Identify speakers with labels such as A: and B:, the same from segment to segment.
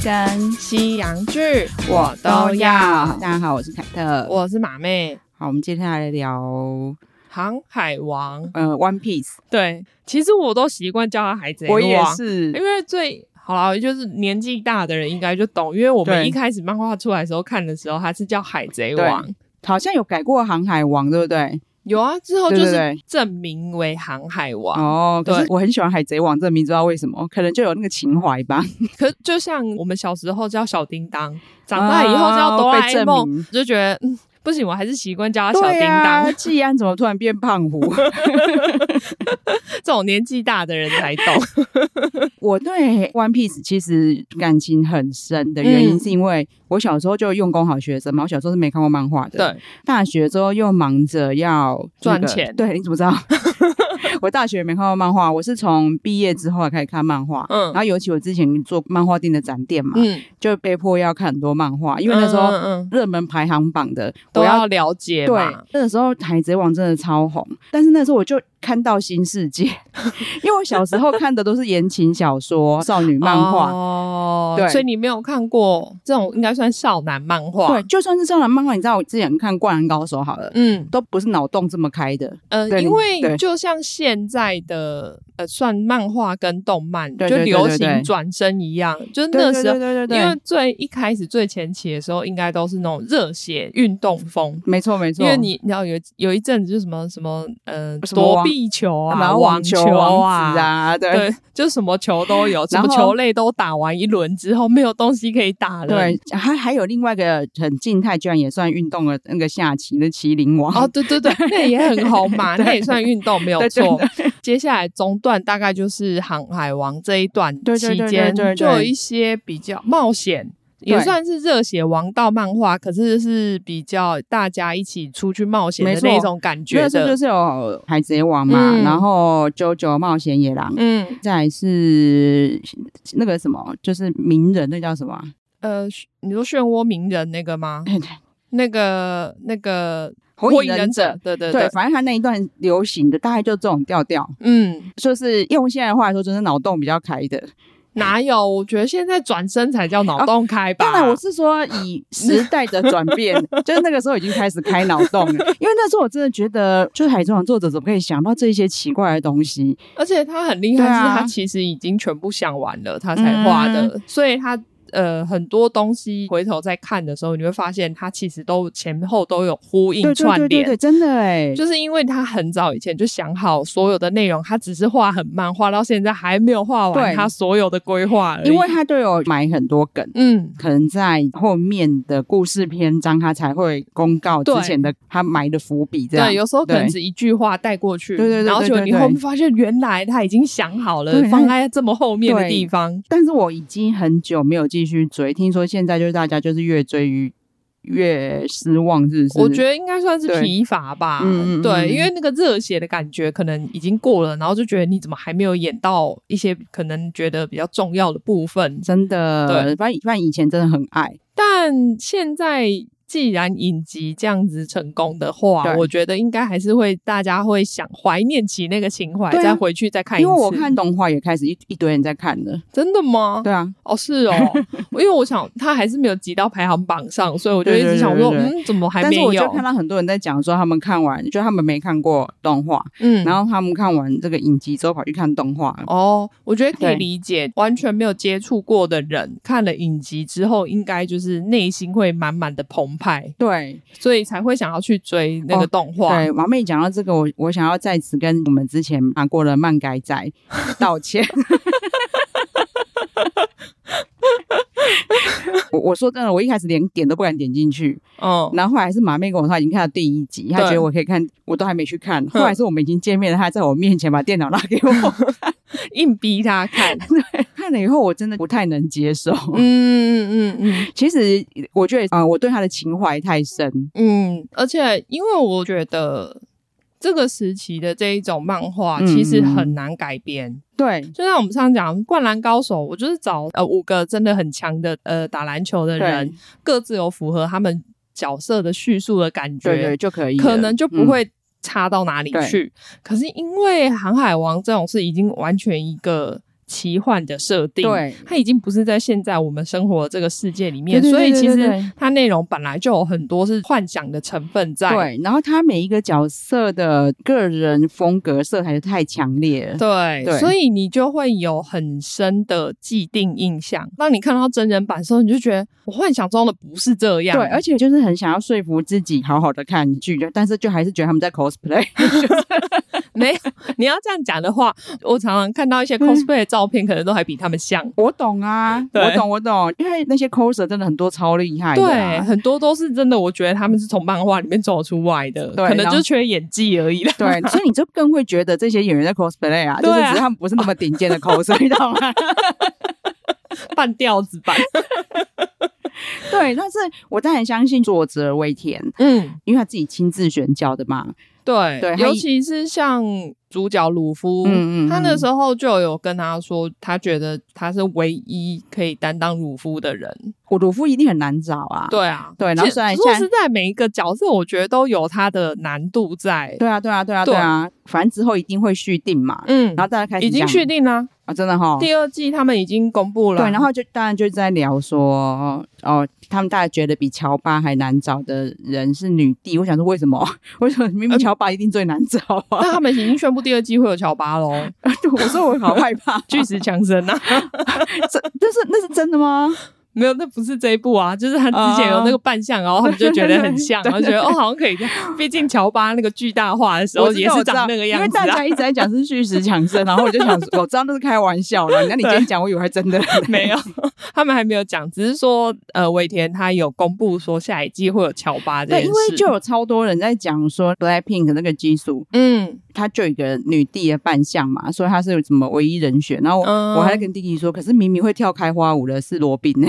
A: 生，
B: 西洋剧
A: 我都要。大家好，我是凯特。
B: 我是马妹，
A: 好，我们接下来聊
B: 航海王。
A: 呃《One Piece
B: 对，其实我都习惯叫他海贼》，
A: 我
B: 王，
A: 也是
B: 因。为最好啦，就是年纪大的人应该就懂，因为我们
A: 对
B: 一开始漫画出来的时候看的时候，它是叫海贼王。
A: 好像有改过《航海王》，对不对？
B: 有啊，之后就
A: 对对
B: 是
A: 对
B: 证明为航海王。
A: 哦，可是
B: 对
A: 我很喜欢《海贼王》这名，知道为什么？可能就有那个情怀吧。
B: 可就像我们小时候叫小叮当，长大以后叫哆啦
A: 哦
B: A
A: 被证
B: 梦
A: 明，
B: 就觉得嗯不行，我还是习惯叫 他小叮
A: 对
B: 当。
A: 啊，季安怎么突然变胖虎？
B: 这种年纪大的人 才懂。
A: 我对 One Piece 其实感情很深的原因，
B: 嗯
A: 是因为我小时候就用功好学生嘛，我小时候是没看过漫画的。
B: 对，
A: 大学之后又忙着要、那个
B: 赚钱
A: 对，你怎么知道？ 我大学没看过漫画，我是从毕业之后才开始看漫画。
B: 嗯
A: 然后尤其我之前做漫画店的展店嘛，
B: 嗯，
A: 就被迫要看很多漫画，因为那时
B: 嗯
A: 候
B: 嗯嗯
A: 热门排行榜的，
B: 都
A: 我要
B: 要了解
A: 对
B: 嘛。，
A: 那个时候《海贼王》真的超红，但是那时候我就看到新世 界，因为我小时候看的都是言情小说、少女漫画。
B: 哦，
A: 对
B: 所以你没有看过这种，应该算少男漫画。
A: 对，，就算是少男漫画，你知道我之前看《灌篮高手》好了，
B: 嗯
A: 都不是脑洞这么开的。
B: 呃，
A: 对
B: 因
A: 对
B: 为就像现在的呃，算漫画跟动漫
A: 对
B: 就
A: 对对
B: 流
A: 对对
B: 行转身一样，就
A: 对
B: 那
A: 对
B: 时
A: 对
B: 候。
A: 对对
B: 因
A: 对，
B: 为最一开始最前期的时候，应该都是那种热血运动风，
A: 没错没错，
B: 因为你你知道有有一阵子就什么什么呃
A: 什么
B: 躲
A: 网
B: 避球啊、
A: 然后
B: 网
A: 球王
B: 啊
A: 子啊，对
B: 对，就什么球都有，什
A: 然后
B: 么球类都打完一轮之后，没有东西可以打了。
A: 对，还还有另外一个很静态，居然也算运动的那个下棋的麒麟王。
B: 哦，对对 对，那也很红嘛，那也算运动，没有
A: 对对
B: 错。接下来中段大概就是航海王这一段
A: 对对
B: 期
A: 对对
B: 间
A: 对对，
B: 就有一些比较冒险。也
A: 对
B: 算是热血王道漫画，可是是比较大家一起出去冒险
A: 没
B: 的
A: 错
B: 那种感觉
A: 那时候就
B: 的。
A: 是有《海贼王》嘛，
B: 嗯
A: 然后《JoJo 冒险野狼》
B: 嗯，
A: 再来是那个什么，就是名人，那叫什么啊？
B: 呃，你说漩涡鸣人那个吗？
A: 哎对
B: 那个那个
A: 火影忍者
B: 者，对对
A: 对，，反正他那一段流行的大概就这种调调，
B: 嗯，
A: 就是用现在的话来说，就是脑洞比较开的。
B: 哪有？我觉得现在转身才叫脑洞开吧。
A: 哦当然，我是 说以时代的转变，就是那个时候已经开始开脑洞了，因为那时候我真的觉得，就是《海贼王》作者怎么可以想到这些奇怪的东西？
B: 而且他很厉
A: 对
B: 害，是
A: 啊嗯
B: 他其实已经全部想完了，他才画的，所以他。呃，很多东西回头再看的时候，你会发现他其实都前后都有呼应
A: 对对
B: 串
A: 对对
B: 联，
A: 对，真的哎，
B: 就是因为他很早以前就想好所有的内容，他只是画很慢，画到现在还没有画
A: 对
B: 完他所有的规划而已。
A: 因为他都有埋很多梗。
B: 嗯，
A: 可能在后面的故事篇章，他才会公告之
B: 对
A: 前的他埋的伏笔。这样
B: 对，有时候可能
A: 对
B: 只一句话带过去，
A: 对对对
B: 然后
A: 对
B: 就
A: 对
B: 你
A: 对
B: 后面发现原来他已经想好了
A: 对，
B: 放
A: 他
B: 在这么后面的
A: 对
B: 地方。
A: 但是我已经很久没有继续追，听说现在就是大家就是越追越越失望，是不是？
B: 我觉得应该算是
A: 对
B: 疲乏吧，
A: 嗯嗯嗯
B: 对，因为那个热血的感觉可能已经过了，然后就觉得你怎么还没有演到一些可能觉得比较重要的部分？
A: 真的，反正反正以前真的很爱，
B: 但现在既然影集这样子成功的话，
A: 对
B: 我觉得应该还是会大家会想怀念起那个情怀，
A: 对啊
B: 再回去再看一
A: 因
B: 次。
A: 为我看动画也开始一一堆人在看了。
B: 真的吗？
A: 对啊，
B: 哦，是 哦，因为我想他还是没有挤到排行榜上，所以我就
A: 对
B: 一
A: 对
B: 直
A: 对
B: 想说，
A: 对对
B: 嗯，怎么还
A: 但
B: 没
A: 是
B: 有？
A: 我就看到很多人在讲说他们看完，就他们没看过动画，
B: 嗯，
A: 然后他们看完这个影集之后跑去看动画。
B: 哦，我觉得可
A: 对
B: 以理解，完全没有接触过的人看了影集之后，应该就是内心会满满的澎湃，
A: 对，
B: 所以才会想要去追那个动画。
A: 哦对，王妹讲到这个，我我想要在此跟我们之前拿过的漫改仔 道歉。 我我说真的，我一开始连点都不敢点进去，
B: 嗯，
A: 然后后来是马妹跟我说她已经看到第一集，她
B: 对
A: 觉得我可以看，我都还没去看。
B: 嗯
A: 后来是我们已经见面了，她在我面前把电脑拿给我
B: 硬逼他 看。
A: 看了以后，我真的不太能接受。
B: 嗯嗯嗯嗯
A: 其实我觉得啊、呃我对她的情怀太深，
B: 嗯，而且因为我觉得。这个时期的这一种漫画
A: 嗯
B: 其实很难改编，
A: 对
B: 就像我们上次讲《灌篮高手》，我就是找呃五个真的很强的呃打篮球的人
A: 对，
B: 各自有符合他们角色的叙述的感觉，
A: 对对就可以了，
B: 可能就不
A: 嗯
B: 会差到哪里去。可是因为《航海王》这种是已经完全一个奇幻的设定，
A: 对
B: 它已经不是在现在我们生活的这个世界里面，
A: 对对对
B: 所以
A: 对
B: 其
A: 对
B: 实
A: 对
B: 它内容本来就有很多是幻想的成分在。
A: 对，然后他每一个角色的个人风格色彩太强烈了。
B: 对，
A: 对
B: 所以你就会有很深的既定印象。当你看到真人版的时候，你就觉得我幻想中的不是这样。
A: 对，而且就是很想要说服自己好好的看剧，但是就还是觉得他们在 cosplay。
B: 没有，你要这样讲的话，我常常
A: 嗯
B: 看到一些 cosplay 的照片，可能都还比他们像。
A: 我懂啊，
B: 对
A: 我懂，我懂，因为那些 coser 真的很多超厉害的
B: 对，
A: 啊、
B: 很多都是真的，我觉得他们是从漫画里面走出来的，
A: 对
B: 可能
A: 然后
B: 就缺演技而已啦。
A: 对，所以你就更会觉得这些演员在 cosplay 啊，
B: 对
A: 就
B: 啊
A: 是只是他们不是那么顶尖的 coser，你懂吗？
B: 半吊子版。
A: 对，但是我当然相信作者威田，
B: 嗯，
A: 因为他自己亲自选角的嘛。
B: 对，
A: 对他
B: 尤
A: 一
B: 其是像主角鲁夫，
A: 嗯嗯嗯
B: 他那时候就有跟他说，他觉得他是唯一可以担当鲁夫的人。
A: 我鲁夫一定很难找啊。
B: 对啊，
A: 对然后
B: 其实
A: 虽然
B: 说
A: 现在
B: 实在，每一个角色我觉得都有他的难度在。
A: 对啊，对啊，对啊，对啊，反正之后一定会续订嘛。
B: 嗯，
A: 然后大家开始
B: 已经
A: 讲
B: 确定啦，
A: 啊，真的哈。
B: 第二季他们已经公布了。
A: 对，然后就当然就在聊说，哦，他们大家觉得比乔巴还难找的人是女帝，我想说为什么？ 为什么明明乔巴一定最难找啊？
B: 但他们已经宣布第二季会有乔巴喽，
A: 对我说我好害怕，
B: 巨石强森啊，
A: 这这是那是真的吗？
B: 没有，那不是这一部啊，就是他之前
A: 哦
B: 有那个扮相，然后他们就觉得很 像，然后觉得哦，好像可以这样。毕竟乔巴那个巨大化的时候
A: 我知
B: 也
A: 道
B: 是
A: 我知道
B: 长那个样
A: 因为
B: 子
A: 大
B: 啊，
A: 家一直在讲是虚实强盛，然后我就想说，我知道那是开玩笑了。那你今天讲，我以为还真的
B: 没有，他们还没有讲，只是说呃，尾田他有公布说下一季会有乔巴这
A: 对，
B: 件
A: 因
B: 事，
A: 为就有超多人在讲说 BLACKPINK 那个激素，
B: 嗯，
A: 她就有一个女帝的扮相嘛，所以她是有什么唯一人选。然后我,、
B: 嗯
A: 还在跟弟弟说，可是明明会跳开花舞的是罗宾呢、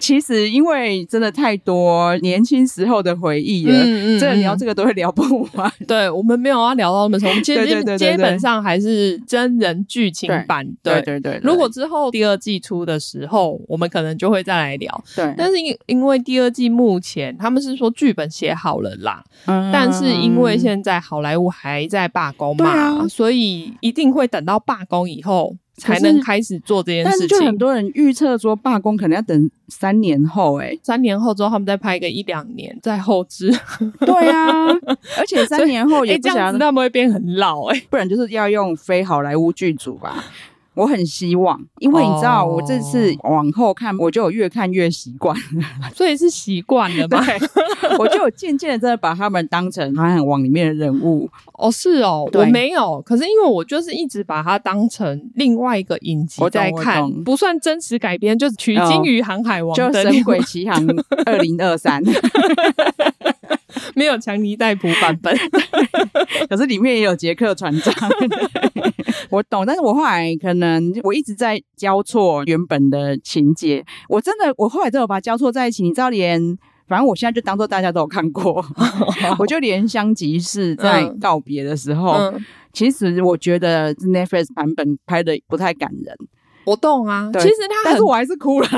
A: 其实因为真的太多年轻时候的回忆了，
B: 嗯嗯
A: 这
B: 嗯
A: 聊这个都会聊不 完。
B: 对我们没有要聊到那么深，我们其
A: 对对对
B: 实
A: 对对
B: 基本上还是真人剧情版，
A: 对对对，对
B: 如果之后第二季出的时候，我们可能就会再来聊。
A: 对，
B: 但是因因为第二季目前他们是说剧本写好了啦，
A: 嗯
B: 但是因为
A: 在
B: 现在好莱坞还在罢工嘛，
A: 对啊
B: 所以一定会等到罢工以后才
A: 可
B: 能
A: 是
B: 开始做这件
A: 但
B: 事
A: 是就很
B: 情。
A: 多人预测说罢工可能要等三年后、欸，
B: 三年后之后，他们再拍个一两年，再后 置，
A: 对啊，而且三年后
B: 哎、
A: 也不
B: 这
A: 想要
B: 样子他们会变很老哎、
A: 不然就是要用非好莱坞剧组吧。我很希望，因为你知道，
B: 哦
A: 我这次往后看，我就有越看越习 惯，
B: 所以是习惯了嘛。
A: 我就有渐渐的真的把他们当成《航海王》里面的人物。
B: 哦，是哦，
A: 对
B: 我没有，可是因为我就是一直把它当成另外一个影集
A: 我懂
B: 在
A: 我
B: 看，
A: 懂
B: 不算真实改编，就是取经于《航海王
A: 就》《
B: 的
A: 神
B: 另外
A: 鬼奇航二零二三》，
B: 没有强尼戴普版 本。
A: 可是里面也有杰克船 长。我懂，但是我后来可能我一直在交错原本的情节，我真的我后来都有把它交错在一起，你知道连。反正我现在就当做大家都有看过， 我就连香吉士在
B: 嗯
A: 告别的时候，
B: 嗯，
A: 其实我觉得 Netflix 版本拍的不太感人，
B: 我懂啊，
A: 对
B: 其实他
A: 但
B: 很
A: 是我还是哭了。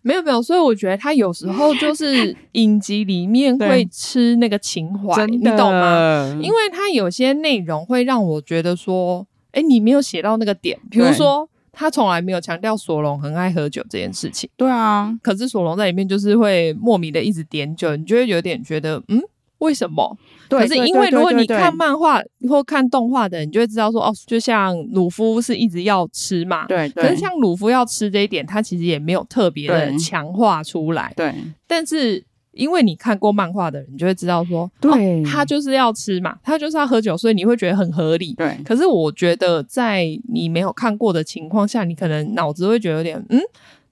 B: 没有没有，所以我觉得他有时候就是 影集里面
A: 对
B: 会吃那个情怀，
A: 真
B: 你
A: 的，嗯
B: 懂吗？因
A: 为
B: 为他有些内容会让我觉得说，哎，你没有写到那个点，比如
A: 对
B: 说。他从来没有强调索隆很爱喝酒这件事情，
A: 对啊，
B: 可是索隆在里面就是会莫名的一直点酒，你就会有点觉得，嗯，为什么？
A: 对，
B: 可是
A: 对
B: 因
A: 对
B: 为
A: 对
B: 如果
A: 对
B: 你
A: 对
B: 看漫画或看动画的，你就会知道说，哦，就像鲁夫是一直要吃嘛，
A: 对
B: 可是
A: 对
B: 像鲁夫要吃这一点，他其实也没有特别的
A: 对
B: 强化出来。
A: 对
B: 但是因为你看过漫画的人，你就会知道说，
A: 对
B: 哦他就是要吃嘛，他就是要喝酒，所以你会觉得很合理。
A: 对
B: 可是我觉得在你没有看过的情况下，你可能脑子会觉得有点，嗯，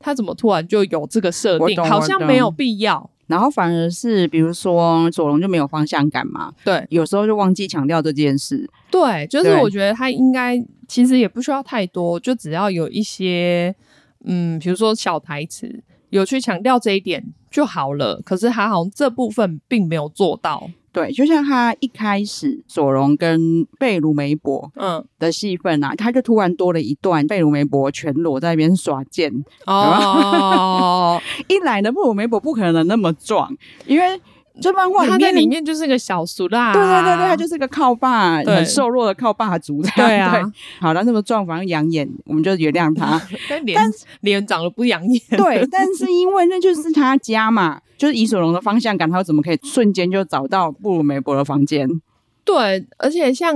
B: 他怎么突然就有这个设
A: 我
B: 定，
A: 懂
B: 好
A: 我
B: 像
A: 懂
B: 没有必要。
A: 然后反而是比如说索隆就没有方向感嘛，
B: 对
A: 有时候就忘记强调这件事。
B: 对，就是
A: 对
B: 我觉得他应该其实也不需要太多，就只要有一些，嗯，比如说小台词，有去强调这一点就好了。可是他好像这部分并没有做到，
A: 对，就像他一开始索隆跟贝鲁梅博
B: 嗯，
A: 的戏份啊，他就突然多了一段贝鲁梅博全裸在那边耍剑。
B: 哦，
A: 一来呢，贝鲁梅博不可能那么壮，因为这漫画里
B: 他在
A: 面
B: 里面就是个小俗啦，
A: 对对对对，他就是个靠霸，
B: 对
A: 很瘦弱的靠霸族这样。
B: 对啊，
A: 好了，那么壮反正养眼，我们就原谅他。
B: 但脸脸长得不养眼，
A: 对，但是因为那就是他家嘛，就是伊索隆的方向感，他怎么可以瞬间就找到布鲁梅伯的房间？
B: 对，而且像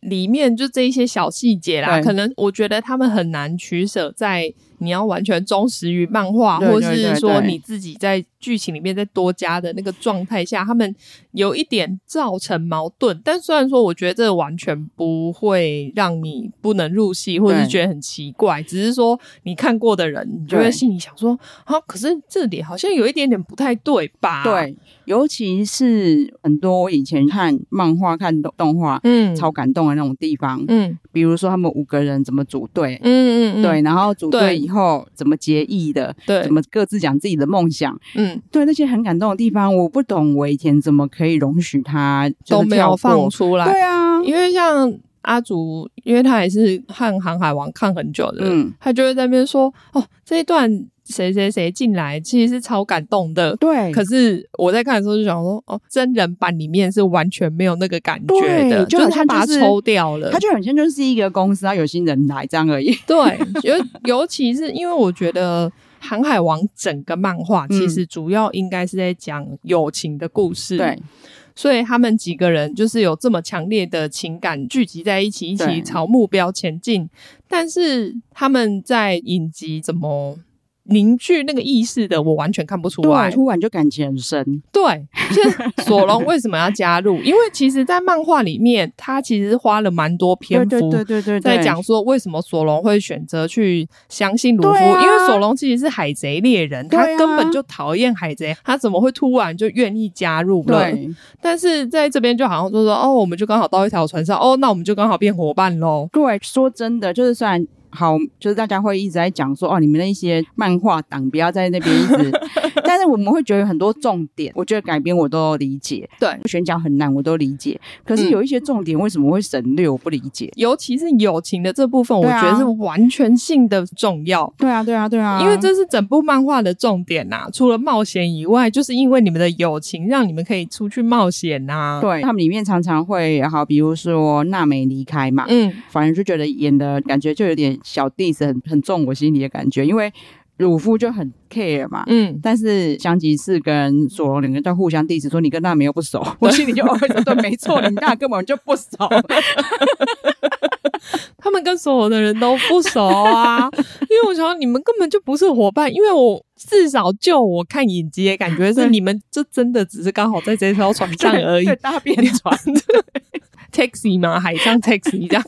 B: 里面就这一些小细节啦，
A: 对
B: 可能我觉得他们很难取舍，在你要完全忠实于漫画，
A: 对对
B: 或
A: 对
B: 是
A: 对
B: 说你自己在剧情里面再多加的那个状态下，他们有一点造成矛盾。但虽然说，我觉得这完全不会让你不能入戏，或
A: 对
B: 是觉得很奇怪，只是说你看过的人，你就
A: 对
B: 会心里想说啊，可是这里好像有一点点不太对吧？，
A: 对，尤其是很多我以前看漫画、看动动画，
B: 嗯，
A: 超感动的那种地方，
B: 嗯
A: 比如说他们五个人怎么组队。
B: 嗯嗯嗯，
A: 对，然后组队
B: 对
A: 以后怎么结义的，
B: 对
A: 怎么各自讲自己的梦想，
B: 嗯。
A: 对那些很感动的地方，我不懂我以前怎么可以容许他就是
B: 都没
A: 跳
B: 有
A: 过
B: 放出来。
A: 对啊，
B: 因为像阿竹，因为他也是看《航海王》看很久的，
A: 嗯
B: 人，他就会在那边说：“哦，这一段谁谁谁进来，其实是超感动的。”
A: 对，
B: 可是我在看的时候就想说，哦，真人版里面是完全没有那个感觉
A: 对
B: 的，
A: 就
B: 就是
A: 好
B: 他
A: 像
B: 把它
A: 就是
B: 抽掉了
A: 他。就很像就是一个公司，然后有新人来这样而已。
B: 对，尤尤其是因为我觉得《航海王》整个漫画
A: 嗯
B: 其实主要应该是在讲友情的故事，
A: 对，
B: 所以他们几个人就是有这么强烈的情感聚集在一起，一
A: 对
B: 起朝目标前进。但是他们在影集怎么凝聚那个意识的，我完全看不出来。
A: 突然就感情很深，
B: 对，就是索隆为什么要加入？因为其实，在漫画里面，他其实花了蛮多篇
A: 对
B: 幅
A: 对对对对，
B: 在
A: 对
B: 讲说为什么索隆会选择去相信鲁夫，
A: 对啊
B: 因为索隆其实是海贼猎人，
A: 对啊
B: 他根本就讨厌海贼，他怎么会突然就愿意加入了？
A: 对
B: 但是在这边就好像就说哦，我们就刚好到一条船上，哦，那我们就刚好变伙伴喽。
A: 对，说真的，就是虽然。好，就是大家会一直在讲说哦，你们那些漫画党不要在那边一 直，但是我们会觉得有很多重点，我觉得改编我都理解，
B: 对，
A: 选角很难我都理解，可是
B: 嗯
A: 有一些重点为什么会省略，我不理解。
B: 尤其是友情的这部分，我
A: 对啊
B: 觉得是完全性的重要。
A: 对啊，对啊，对啊，
B: 因为这是整部漫画的重点呐、除了冒险以外，就是因为你们的友情，让你们可以出去冒险啊呐、，
A: 对他们里面常常会好，比如说娜美离开嘛，
B: 嗯，
A: 反正就觉得演的感觉就有点小 diss，很很重我心里的感觉，因为鲁夫就很 care 嘛。
B: 嗯，
A: 但是香吉士跟索隆两个人在互相 diss，说你跟娜美又不 熟，我心里就哦，对，没错，你们俩根本就不熟。
B: 他们跟所有的人都不 熟啊，因为我想说你们根本就不是伙伴，因为我至少就我看影集的感觉
A: 对
B: 是，你们就真的只是刚好在这条船上而已
A: 对，搭便 船，
B: taxi 吗？海上 taxi 这样，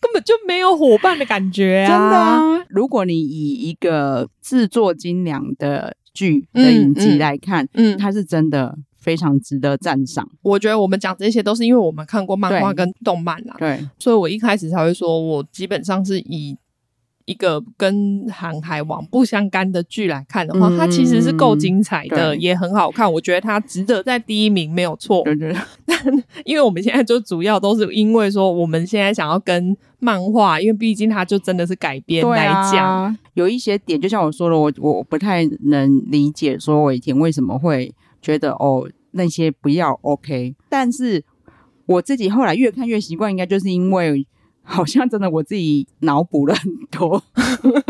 B: 根本就没有伙伴的感觉
A: 真
B: 啊！
A: 的啊！如果你以一个制作精良的剧的
B: 嗯
A: 影集
B: 嗯
A: 来看，
B: 嗯，
A: 它是真的非常值得赞赏。
B: 我觉得我们讲这些都是因为我们看过漫画
A: 对
B: 跟动漫啦，
A: 对，
B: 所以我一开始才会说，我基本上是以一个跟《航海王》不相干的剧来看的话，
A: 嗯
B: 它其实是够精彩的，
A: 对
B: 也很好看，我觉得它值得在第一名没有错。
A: 对对对
B: 因为我们现在就主要都是因为说，我们现在想要跟漫画，因为毕竟它就真的是改编
A: 对
B: 来讲，
A: 啊、有一些点，就像我说的，我我不太能理解，说我以前为什么会觉得哦那些不要 OK，但是我自己后来越看越习惯，应该就是因为好像真的我自己脑补了很多，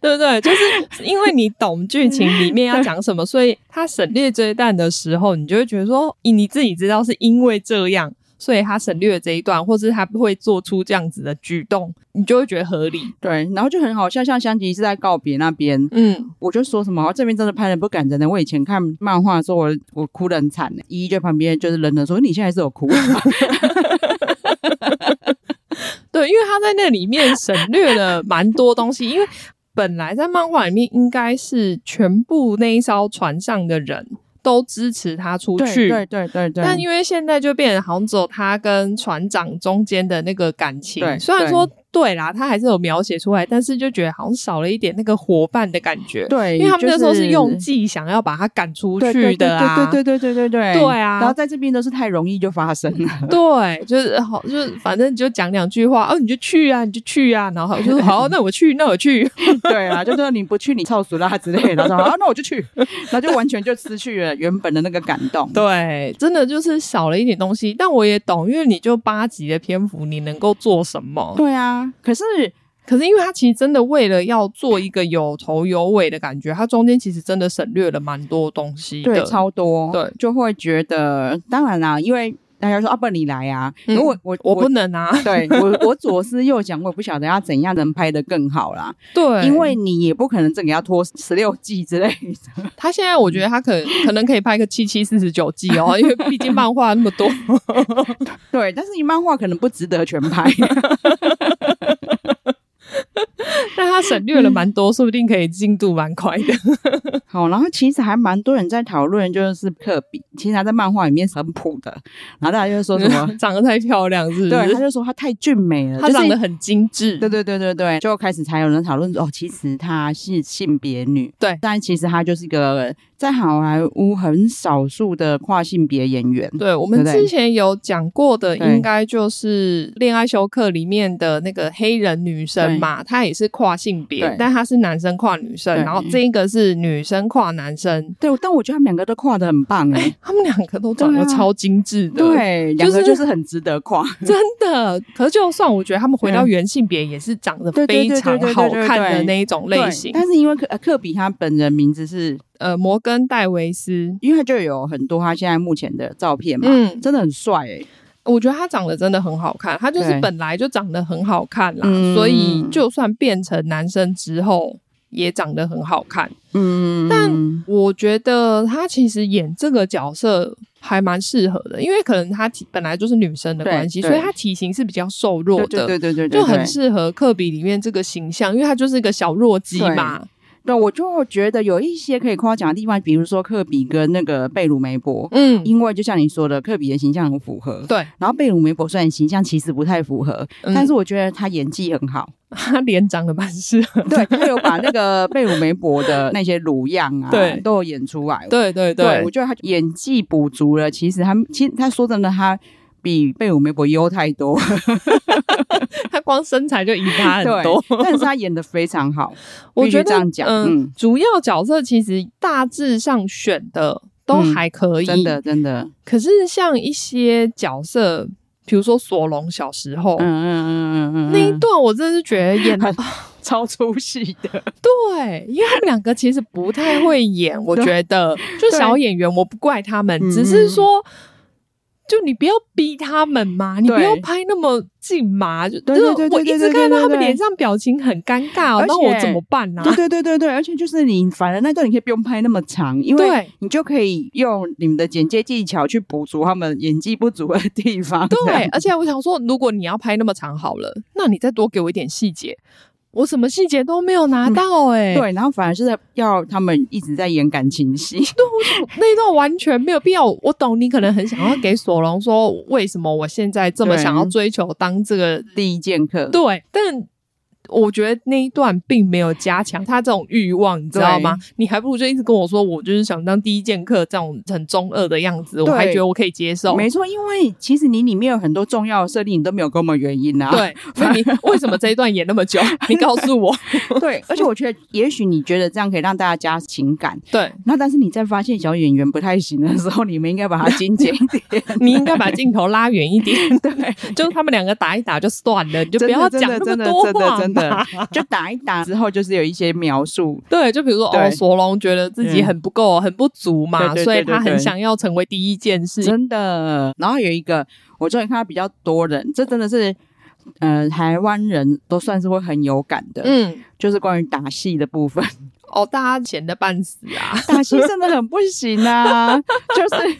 B: 对不对？就是因为你懂剧情里面
A: 嗯
B: 要讲什么，所以他省略这一段的时候，你就会觉得说，咦你自己知道是因为这样，所以他省略了这一段，或是他会做出这样子的举动，你就会觉得合理。
A: 对，然后就很好笑，像香吉是在告别那边，
B: 嗯，
A: 我就说什么、哦这边真的拍的不感人的，我以前看漫画的时候，我我哭的很惨呢，依依就旁边就是冷冷说你现在是有 哭了吗
B: 对，因为他在那里面省略了蛮多东西，因 为本来在漫画里面应该是全部那一艘船上的人都支持他出
A: 对
B: 去，
A: 对对对对，
B: 但因为现在就变成好像只有他跟船长中间的那个感情
A: 对，
B: 虽然说对啦，他还是有描写出来，但是就觉得好像少了一点那个伙伴的感觉。
A: 对，
B: 因为他们那时候
A: 就是
B: 用计想要把他赶出
A: 对
B: 去的啊，
A: 对对对对对对
B: 对啊
A: 然后在这边都是太容易就发生了，
B: 对，就是好，就是反正你就讲两句话，哦，你就去啊，你就去啊，然后我就说好，那我去，那我去，
A: 对啊，就说你不去你操死啦之类的，然后说啊那我就去，然后就完全就失去了原本的那个感 动。
B: 对，真的就是少了一点东西，但我也懂，因为你就八集的篇幅，你能够做什么？
A: 对啊，可是
B: 可是因为他其实真的为了要做一个有头有尾的感觉，他中间其实真的省略了蛮多东西的，
A: 对超多，
B: 对，
A: 就会觉得当然啦，因为大家说啊不然你来啊，
B: 嗯
A: 如果我
B: 我不。能啊，
A: 对我，我左思右想，我也不晓得要怎样能拍得更好啦。
B: 对，
A: 因为你也不可能整个要拖十六季之类的。
B: 他现在我觉得他可可能可以拍个七七四十九季哦， 因为毕竟漫画那么 多，
A: 对，但是你漫画可能不值得全拍。
B: 但他省略了蛮多，说不定可以进度蛮快的。，
A: 好，然后其实还蛮多人在讨论，就是科比，其实他在漫画里面是很普的，然后大家就会说什么
B: 长得太漂亮是不
A: 对，他
B: 是？
A: 就说他太俊美了，
B: 他
A: 就是
B: 长得很精致，
A: 对对对对对，就开始才有人讨论说，哦，其实她是性别女，
B: 对
A: 但其实她就是一个在好莱坞很少数的跨性别演员，
B: 对我们
A: 对不对
B: 之前有讲过的，
A: 对
B: 应该就是《恋爱休克》里面的那个黑人女生嘛，她也是跨性别
A: 对，
B: 但她是男生跨女生，
A: 对
B: 然后这一个是女生跨男生，
A: 对，但我觉得他们两个都跨的很棒哎、
B: 他们两个都长
A: 对
B: 得
A: 啊
B: 超精致的，
A: 对，两个
B: 就
A: 就是是很值得跨，
B: 真的。可是就算我觉得他们回到
A: 嗯
B: 原性别，也是长得
A: 对对对
B: 非
A: 对
B: 常
A: 对对
B: 好
A: 对
B: 看
A: 对
B: 的那一种类
A: 对
B: 型。
A: 但是因为克呃克比他本人名字是，
B: 呃，摩根戴维斯，
A: 因为他就有很多他现在目前的照片嘛，
B: 嗯，
A: 真的很帅哎、
B: 我觉得他长得真的很好看，他就是
A: 对
B: 本来就长得很好看啦，
A: 嗯
B: 所以就算变成男生之后。也长得很好看，
A: 嗯，
B: 但我觉得他其实演这个角色还蛮适合的，因为可能他体本来就是女生的
A: 对
B: 关系，
A: 对
B: 所以他体型是比较瘦弱
A: 对
B: 的，
A: 对对对对，对
B: 就很
A: 对
B: 适合科比里面这个形象，因为他就是一个小弱鸡嘛。
A: 对，我就觉得有一些可以夸奖的地方，比如说科比跟那个贝鲁梅博，
B: 嗯，
A: 因为就像你说的，科比的形象很符合。
B: 对，
A: 然后贝鲁梅博虽然形象其实不太符合，
B: 嗯
A: 但是我觉得他演技很好。
B: 他脸长得蛮适合。
A: 对他有把那个贝鲁梅博的那些乳样啊，
B: 对
A: 都有演出来。
B: 对对
A: 对我觉得他演技补足了。其实他，其实他说真的，他比贝鲁梅博优太多。
B: 他光身材就赢他很
A: 对
B: 多。，
A: 但是他演的非常好。
B: 我
A: 必须
B: 觉得
A: 这样讲
B: 嗯，
A: 嗯
B: 主要角色其实大致上选的都还可
A: 嗯
B: 以，
A: 真的，。真的，
B: 可是像一些角色，比如说索隆小时候。
A: 嗯嗯嗯嗯嗯，
B: 那一段我真的是觉得演
A: 很超出戏的，
B: 对，因为他们两个其实不太会演，我
A: 对
B: 觉得就小演员，我不怪他们，
A: 嗯
B: 只是说，就你不要逼他们嘛，你不
A: 对
B: 要拍那么近嘛，就
A: 对对对对
B: 就我一
A: 对
B: 直
A: 对
B: 看到
A: 对
B: 他们
A: 对
B: 脸上表情很尴尬哦，
A: 而
B: 那我
A: 且
B: 怎么办呢？
A: 对对对对对，而且就是你，反正那段你可以不用拍那么长，因为
B: 对，
A: 你就可以用你们的剪接技巧去补足他们演技不足的地方。这
B: 对
A: 样，
B: 而且我想说，如果你要拍那么长好了，那你再多给我一点细节。我什么细节都没有拿到哎、
A: 嗯对，然后反而是要他们一直在演感情 戏。
B: 那一段完全没有必要。我懂你可能很想要给索隆说，为什么我现在这么
A: 对
B: 想要追求当这个
A: 第一剑客，
B: 对，但我觉得那一段并没有加强他这种欲望，你知道吗？你还不如就一直跟我说，我就是想当第一剑客这种很中二的样子，我
A: 对
B: 还觉得我可以接受。
A: 没错，因为其实你里面有很多重要的设定，你都没有给我们原因啊。
B: 对，那你为什么这一段演那么久？你告诉我。
A: 对，而且我觉得，也许你觉得这样可以让大家加情感，
B: 对，
A: 那但是你在发现小演员不太行的时候，你们应该把它精简一点。
B: 你应该把镜头拉远一点，对， 就是他们两个打一打就算了，你就不 要
A: 真
B: 讲
A: 的
B: 那
A: 真
B: 么
A: 的
B: 多话
A: 真的真
B: 嘛
A: 的，就打一打之后，就是有一些描述。
B: 对，就比如说哦，
A: 对
B: 索隆觉得自己
A: 嗯
B: 很不够、很不足嘛，
A: 对对对
B: 所以
A: 对
B: 他很
A: 对
B: 想要成为第一件事。
A: 真的。然后有一个，我终于看到比较多人，这真的是，呃，台湾人都算是会很有感的，
B: 嗯，
A: 就是关于打戏的部 分。
B: 哦，大家闲的半死啊！
A: 打戏真的很不行啊，就是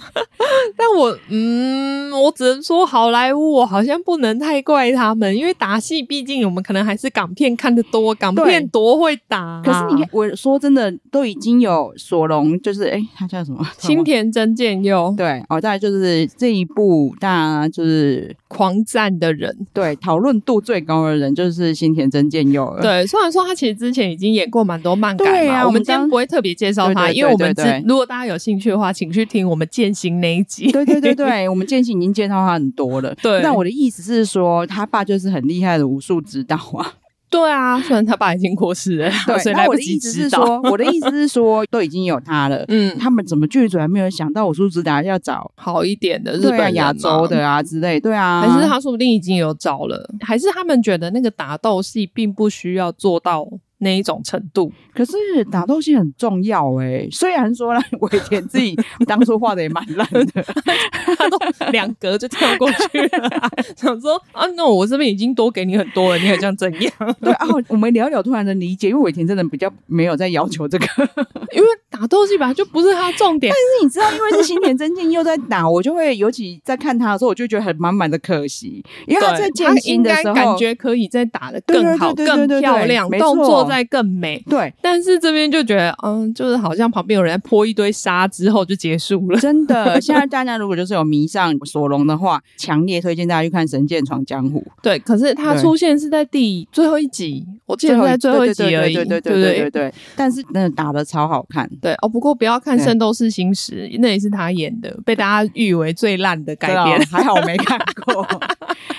B: 但我嗯，我只能说好莱坞，我好像不能太怪他们，因为打戏毕竟我们可能还是港片看的多，港
A: 对
B: 片多会打啊、
A: 可是你看，我说真的，都已经有索隆，就是哎，他叫什么？
B: 新田真剑佑，
A: 对，哦，再来就是这一部，大家就是
B: 狂赞的人。
A: 对，讨论度最高的人就是新田真剑佑了。
B: 对，虽然说他其实之前已经演过蛮多漫
A: 对
B: 改嘛，
A: 啊
B: 我
A: 我
B: 们
A: 们
B: 今天
A: 刚
B: 不会特别介绍他，
A: 对对对
B: 因为我们
A: 对
B: 知
A: 对
B: 如果大家有兴趣的话，请去听我们践行那一集。
A: 对对对对，我们建信已经介绍他很多了。
B: 对
A: 那我的意思是说，他爸就是很厉害的武术指导 啊。
B: 对啊，虽然他爸已经过世了， 所
A: 对，
B: 以
A: 那
B: 来
A: 我
B: 不
A: 的
B: 及
A: 意思是
B: 知道。
A: 说，我的意思是说，都已经有他了。
B: 嗯，
A: 他们怎么剧组还没有想到武术指导要找
B: 好一点的日
A: 对
B: 本
A: 啊
B: 人
A: 亚
B: 嘛嗯
A: 洲，的啊之类？对啊，
B: 还是他说不定已经有找了，还是他们觉得那个打斗戏并不需要做到那一种程度。
A: 可是打斗戏很重要哎、虽然说啦，尾田自 己当初画的也蛮烂的，
B: 他都两格就跳过去了啊、 想说啊，那我这边已经多给你很多了，你还想怎 样？
A: 对啊，我们聊一聊突然能理解，因为尾田真的比较没有在要求这个。但
B: 因为打斗戏本来就不是他重点，
A: 是你知道，因为是新田真剑又在打，我就会尤其在看他的时候，我就觉得很满满的可惜，因为他在
B: 对
A: 剑
B: 他应
A: 心的
B: 该
A: 时候，
B: 感觉可以再打得更好、
A: 对对对对对
B: 更
A: 对
B: 漂亮，
A: 没
B: 动
A: 错
B: 作再更美。
A: 对，
B: 但是这边就觉得，嗯，就是好像旁边有人在泼一堆沙之后就结束了。
A: 真的，现在大家如果就是有迷上索隆的话，强烈推荐大家去看《神剑闯江湖》。
B: 对，可是 他
A: 对
B: 出现是在第最后一集，我记得是在最后一集而已，
A: 对对
B: 对
A: 对
B: 不
A: 对对对对。但是真的打的超好看，
B: 对哦，不过不要看《
A: 对
B: 圣斗士星矢》，那也是他演的，被大家誉为最烂的改编
A: 真的哦，还好我没看 过。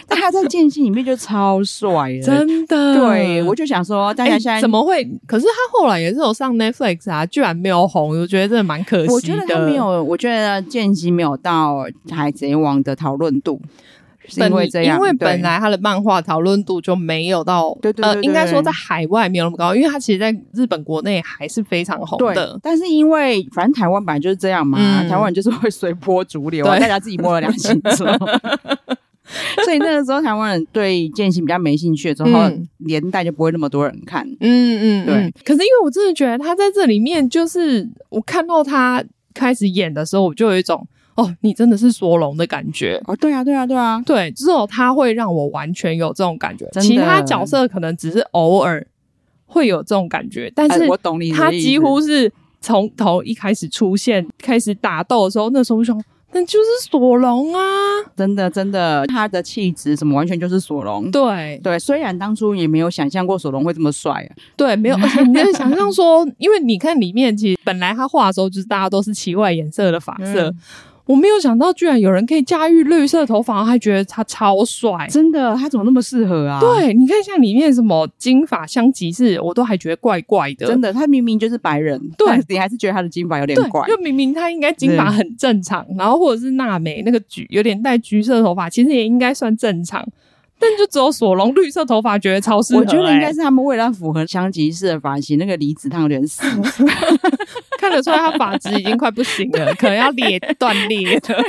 A: 但他在剑心里面就超帅的，
B: 真的。
A: 对，我就想说，大
B: 哎
A: 家现在、
B: 怎？么会？可是他后来也是有上 Netflix 啊，居然没有红，我觉得真的蛮可惜的。
A: 我觉得他没，有，我觉得剑心没有到海贼王的讨论度，是因为这样，
B: 因为
A: 对
B: 本来他的漫画讨论度就没有到，
A: 对对对
B: 呃，
A: 对
B: 应该说在海外没有那么高，因为他其实在日本国内还是非常红
A: 对
B: 的，。
A: 但是因为反正台湾本来就是这样嘛，
B: 嗯
A: 台湾人就是会随波逐流啊，
B: 对
A: 大家自己摸了良心之 后。所以那个时候，台湾人对剑心比较没兴趣的时候，
B: 嗯
A: 连带就不会那么多人看。
B: 嗯嗯，
A: 对
B: 嗯。可是因为我真的觉得他在这里面，就是我看到他开始演的时候，我就有一种哦，你真的是索隆的感觉。
A: 哦，对啊，对啊，对啊，
B: 对，只有他会让我完全有这种感觉，
A: 真的
B: 其他角色可能只是偶尔会有这种感觉，但是
A: 哎我懂你的
B: 他
A: 意思
B: 几乎是从头一开始出现，开始打斗的时候，那时候我就想，那就是索隆啊，
A: 真的真的，他的气质什么完全就是索隆。
B: 对
A: 对，虽然当初也没有想象过索隆会这么帅啊，
B: 对，没有，而且你就想象说，因为你看里面其实本来他画的时候就是大家都是奇怪颜色的发
A: 嗯
B: 色。我没有想到，居然有人可以驾驭绿色头发，还觉得他超帅。
A: 真的，他怎么那么适合啊？，
B: 对，你看像里面什么金发香吉士，我都还觉得怪怪的。
A: 真的，他明明就是白人，
B: 对
A: 但是你还是觉得他的金发有点
B: 对，
A: 怪。
B: 就明明他应该金发很正常，然后或者是娜美那个橘有点带橘色头发，其实也应该算正常，但就只有索隆绿色头发觉得超适合、
A: 我觉得应该
B: 欸
A: 是他们为了符合香吉士的发型，那个离子烫有点死。
B: 看得出来他发质已经快不行了，可能要裂断裂 了。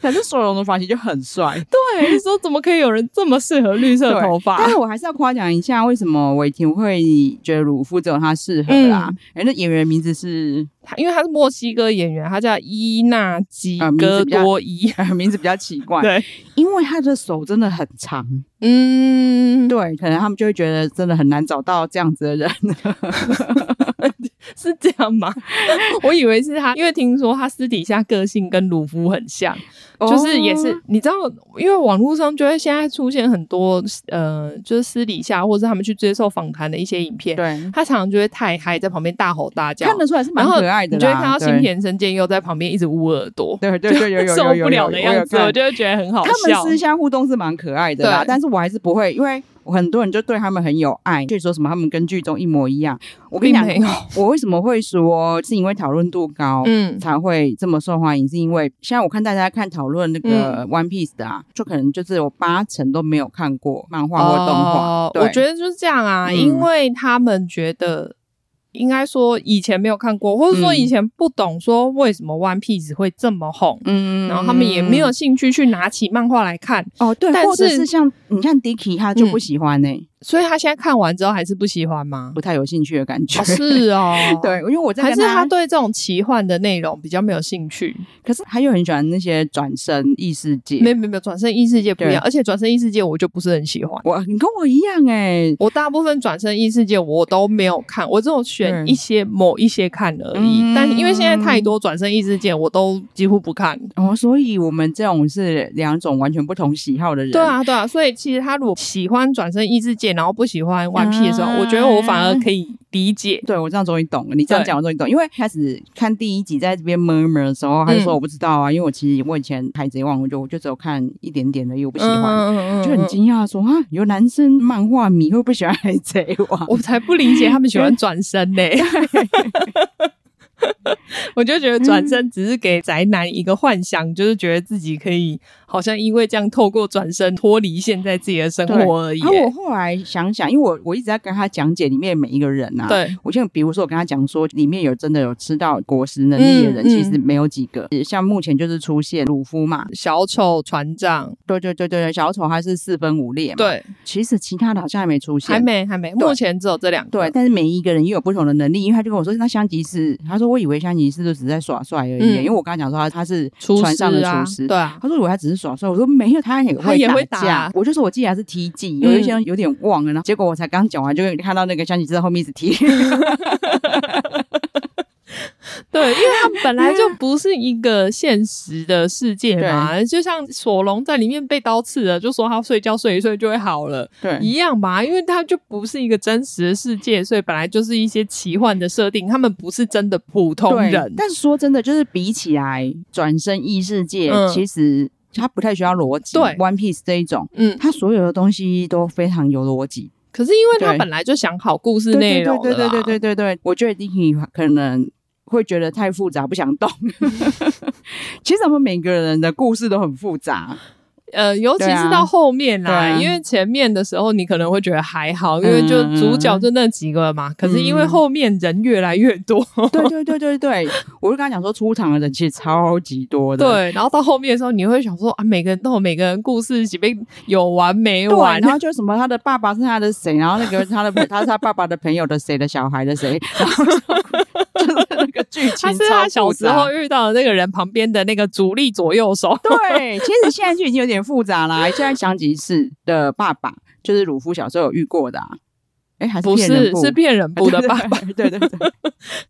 A: 可是索隆的发型就很帅，
B: 对，你说怎么可以有人这么适合绿色头发
A: 但？是我还是要夸奖一下，为什么尾田会觉得鲁夫只有他适合啦
B: 嗯？
A: 哎、那演员名字是、
B: 他因为他是墨西哥演员，他叫伊纳基
A: 啊名
B: 戈
A: 字比较
B: 多伊。
A: 呃、名字比较奇怪，
B: 对，
A: 因为他的手真的很长，
B: 嗯，
A: 对，可能他们就会觉得真的很难找到这样子的人。
B: 是这样吗？ 我以为是他，因为听说他私底下个性跟鲁夫很像，就是也是、
A: 哦
B: 你知道，因为网络上就会现在出现很多呃，就是私底下或者他们去接受访谈的一些影片，
A: 对，
B: 他常常就会太嗨，在旁边大吼大叫，
A: 看得出来是蛮
B: 然后
A: 可爱的啦。
B: 你就会看到
A: 对
B: 新田真剑佑在旁边一直捂耳朵，
A: 对对对，有有有有
B: 受
A: 有
B: 不了的样子，
A: 有有
B: 我就会觉得很好
A: 他们
B: 笑。
A: 私下互动是蛮可爱的啦
B: 对，
A: 但是我还是不会，因为很多人就对他们很有爱，就说什么他们跟剧中一模一样。我跟你
B: 并
A: 讲
B: 没，有，
A: 我为什么会说是因为讨论度高。
B: 嗯，
A: 才会这么受欢迎，是因为现在我看大家看讨论那个
B: 嗯
A: One Piece 的啊，就可能就是有八成都没有看过漫画或动画。
B: 哦
A: 对
B: 我觉得就是这样啊，
A: 嗯
B: 因为他们觉得。应该说以前没有看过，或者说
A: 嗯
B: 以前不懂说为什么 One Piece 会这么红，
A: 嗯
B: 然后他们也没有兴趣去拿起漫画来看。
A: 哦，对，
B: 但
A: 或者
B: 是嗯
A: 是像你看 Dicky 他就不喜欢呢、欸
B: 所以他现在看完之后还是不喜 欢吗？
A: 不太有兴趣的感觉。，
B: 哦是哦
A: 对，因为我在
B: 还
A: 跟
B: 是他对这种奇幻的内容比较没有兴趣？
A: 可是他又很喜欢那些转身异世界。
B: 没没没有，转身异世界不一
A: 对
B: 样，而且转身异世界我就不是很喜欢。
A: 我你跟我一样哎、
B: 我大部分转身异世界我都没有看，我只有选
A: 嗯
B: 一些某一些看而已。
A: 嗯
B: 但因为现在太多转身异世界，我都几乎不看。
A: 哦，所以我们这种是两种完全不同喜好的人。
B: 对，啊，对啊，所以其实他如果喜欢转身异世界，然后不喜欢 One P 的时候，
A: 嗯
B: 我觉得我反而可以理解。
A: 对我这样终于懂了。你这样
B: 对
A: 讲我终于懂，因为开始看第一集在这边 murmur 的时候，他就
B: 嗯
A: 说我不知道啊，因为我其实我以前《海贼王》我就我就只有看一点点而已，我不喜
B: 嗯
A: 欢。
B: 欢
A: 就很惊讶说啊，有男生漫画迷会不喜欢海贼 王？啊
B: 我才不理解他们喜欢转身呢、 我就觉得转
A: 嗯
B: 身只是给宅男一个幻想，就是觉得自己可以好像因为这样透过转身脱离现在自己的生活而已、
A: 然后啊我后来想想，因为我我一直在跟他讲解里面每一个人啊，
B: 对，
A: 我就比如说我跟他讲说，里面有真的有吃到果实能力的人，
B: 嗯嗯
A: 其实没有几个。像目前就是出现鲁夫嘛，
B: 小丑船长，
A: 对对对对对，小丑他是四分五裂嘛，，
B: 对，
A: 其实其他的好像还没出现，
B: 还。没还没，目前只有这两个。
A: 对，但是每一个人又有不同的能力，因为他就跟我说，那香吉士，他说我以为香吉士就只是在耍帅而已，啊
B: 嗯
A: 因为我刚刚讲说他他是
B: 厨师啊
A: 船上的厨师，
B: 对啊，
A: 他说以为他只是耍帅，我说没有，他也
B: 他也会
A: 打
B: 打嗯
A: 架。我就说我记得他是踢技，有一些人有点忘了，然后结果我才刚讲完，就看到那个香吉士在后面一直 踢，
B: 对，因为他们本来就不是一个现实的世界嘛，就像索隆在里面被刀刺了，就说他睡觉睡一睡就会好了。
A: 对
B: 一样吧，因为它就不是一个真实的世界，所以本来就是一些奇幻的设定，他们不是真的普通
A: 对，
B: 人。
A: 但是说真的，就是比起来转身异世界，
B: 嗯
A: 其实它不太需要逻辑。
B: 对
A: One Piece 这一种，
B: 嗯，
A: 它所有的东西都非常有逻辑。
B: 可是因为他
A: 对
B: 本来就想好故事
A: 对
B: 内
A: 对
B: 容
A: 对
B: 了
A: 对
B: 啦
A: 对对对对，我觉得你可能。会觉得太复杂，不想动。 其实我们每个人的故事都很复杂，
B: 呃，尤其
A: 对啊
B: 是到后面啦，
A: 对啊
B: 因为前面的时候你可能会觉得还好，因为就主角就那几个嘛。可是因为后面人越来越多，
A: 对对对对对，我就跟他讲说，出场的人其实超级多的，
B: 对，然后到后面的时候，你会想说啊，每个人都有每个人故事，几边有完没
A: 对，
B: 完
A: 然？后就什么他的爸爸是他的谁，然后那个他的他是他爸爸的朋友的谁的小孩的谁，然后就 就是那个剧情
B: 他是他
A: 超
B: 小
A: 复
B: 时
A: 杂
B: 候遇到的那个人旁边的那个主力左右 手，
A: 对，其实现在就已经有点复杂啦。现在香吉士的爸爸就是鲁夫小时候有遇过的、啊，哎，还是
B: 不
A: 骗人
B: 是
A: 部
B: 是骗人部的爸爸。，
A: 对对对对对，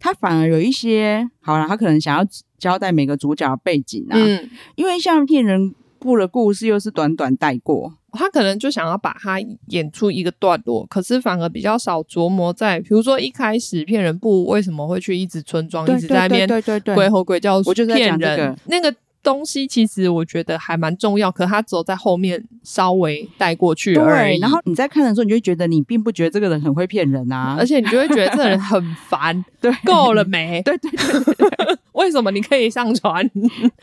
A: 他反而有一些好了，他可能想要交代每个主角的背景啊，
B: 嗯，
A: 因为像骗人部的故事又是短短带过，
B: 他可能就想要把它演出一个段落，可是反而比较少琢磨在，比如说一开始骗人部为什么会去一直村庄，
A: 对
B: 哦一直在那
A: 对
B: 边
A: 对对对
B: 鬼
A: 对，
B: 吼鬼叫，
A: 我就是在
B: 骗
A: 讲这个
B: 人那个。东西其实我觉得还蛮重要，可他只有在后面稍微带过去而
A: 对。
B: 已。
A: 然后你在看的时候，你就会觉得你并不觉得这个人很会骗人啊，
B: 而且你就会觉得这个人很烦，
A: 对
B: 够了没？
A: 对对对
B: 为什么你可以 上船？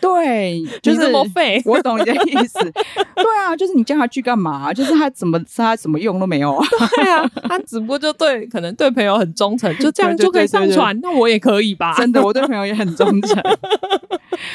A: 对，就
B: 你
A: 是，
B: 这么废
A: 我懂你的意思，对啊，就是你叫他去干嘛？啊就是他怎么他什么用都没有。
B: 对啊，他只不过就对可能对朋友很忠 诚，就这样
A: 对对
B: 就可
A: 对对
B: 以上
A: 对
B: 船，那我也可以吧？
A: 真的，我对朋友也很忠诚，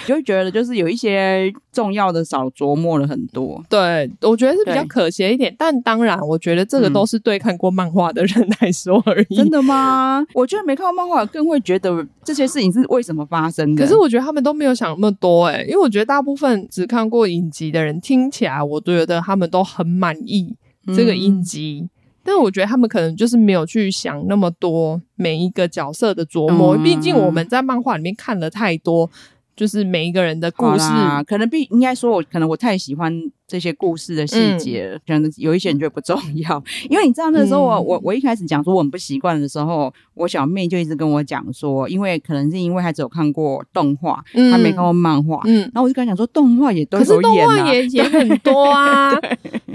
A: 就会觉得就是有一些重要的少琢磨了很多。
B: 对，我觉得是比较
A: 对
B: 可惜一点，但当然，我觉得这个
A: 嗯
B: 都是对看过漫画的人来说而已。
A: 真的吗？我觉得没看过漫画，更会觉得这些事情是为什么发生的。
B: 可是我觉得他们都没有想那么多哎、因为我觉得大部分只看过影集的人，听起来我觉得他们都很满意
A: 嗯
B: 这个影集，但我觉得他们可能就是没有去想那么多每一个角色的琢磨，
A: 嗯
B: 毕竟我们在漫画里面看了太多，就是每一个人的故
A: 好
B: 事，
A: 啦可能必应该说我，可能我太喜欢这些故事的细节了，可能有一些人觉得不重要。 因为你知道那时候我、
B: 嗯
A: 我我一开始讲说我很不习惯的时候，我小妹就一直跟我讲说，因为可能是因为她只有看过动画，
B: 嗯
A: 她没看过漫画。
B: 嗯，
A: 然后我就跟她讲说，动画也都
B: 可是
A: 有
B: 动
A: 演
B: 画
A: 啊，
B: 也也很多啊，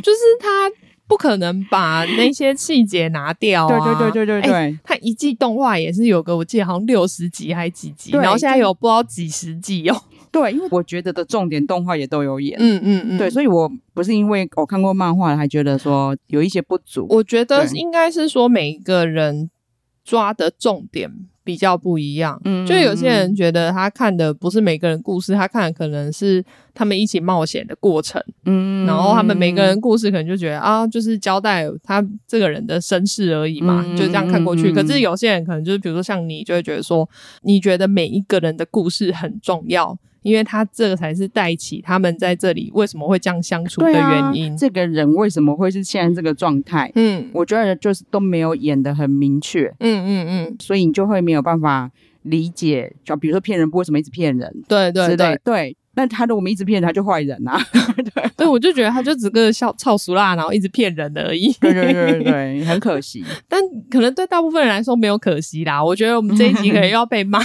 B: 就是他不可能把那些细节拿掉
A: 对
B: 啊。
A: 对对对对
B: 哎
A: 对。
B: 他一季动画也是有个，我记得好像六十集还几集，
A: 对
B: 然后现在有不知道几十集哦。
A: 对，因为我觉得的重点动画也都有演。
B: 嗯嗯嗯
A: 对，所以我不是因为我看过漫画，还觉得说有一些不足。
B: 我觉得
A: 对
B: 应该是说每一个人抓的重点比较不一样。
A: 嗯
B: 就有些人觉得他看的不是每个人故事，他看的可能是他们一起冒险的过程，
A: 嗯
B: 然后他们每个人故事可能就觉得啊，就是交代他这个人的身世而已嘛，
A: 嗯
B: 就这样看过去。
A: 嗯
B: 可是有些人可能就是，比如说像你，就会觉得说，你觉得每一个人的故事很重要，因为他这个才是带起他们在这里为什么会这样相处的
A: 对啊
B: 原因。
A: 这个人为什么会是现在这个状态？
B: 嗯
A: 我觉得就是都没有演的很明确，
B: 嗯嗯嗯，
A: 所以你就会没有办法理解，就比如说骗人不为什么一直骗人
B: 对对
A: 之类
B: 对，
A: 对。那他如果我们一直骗人，他就坏人 啊！
B: 对我就觉得他就只个笑操俗辣，然后一直骗人而已。
A: 对对对对对，很可惜。
B: 但可能对大部分人来说没有可惜啦。我觉得我们这一集可能又要被骂，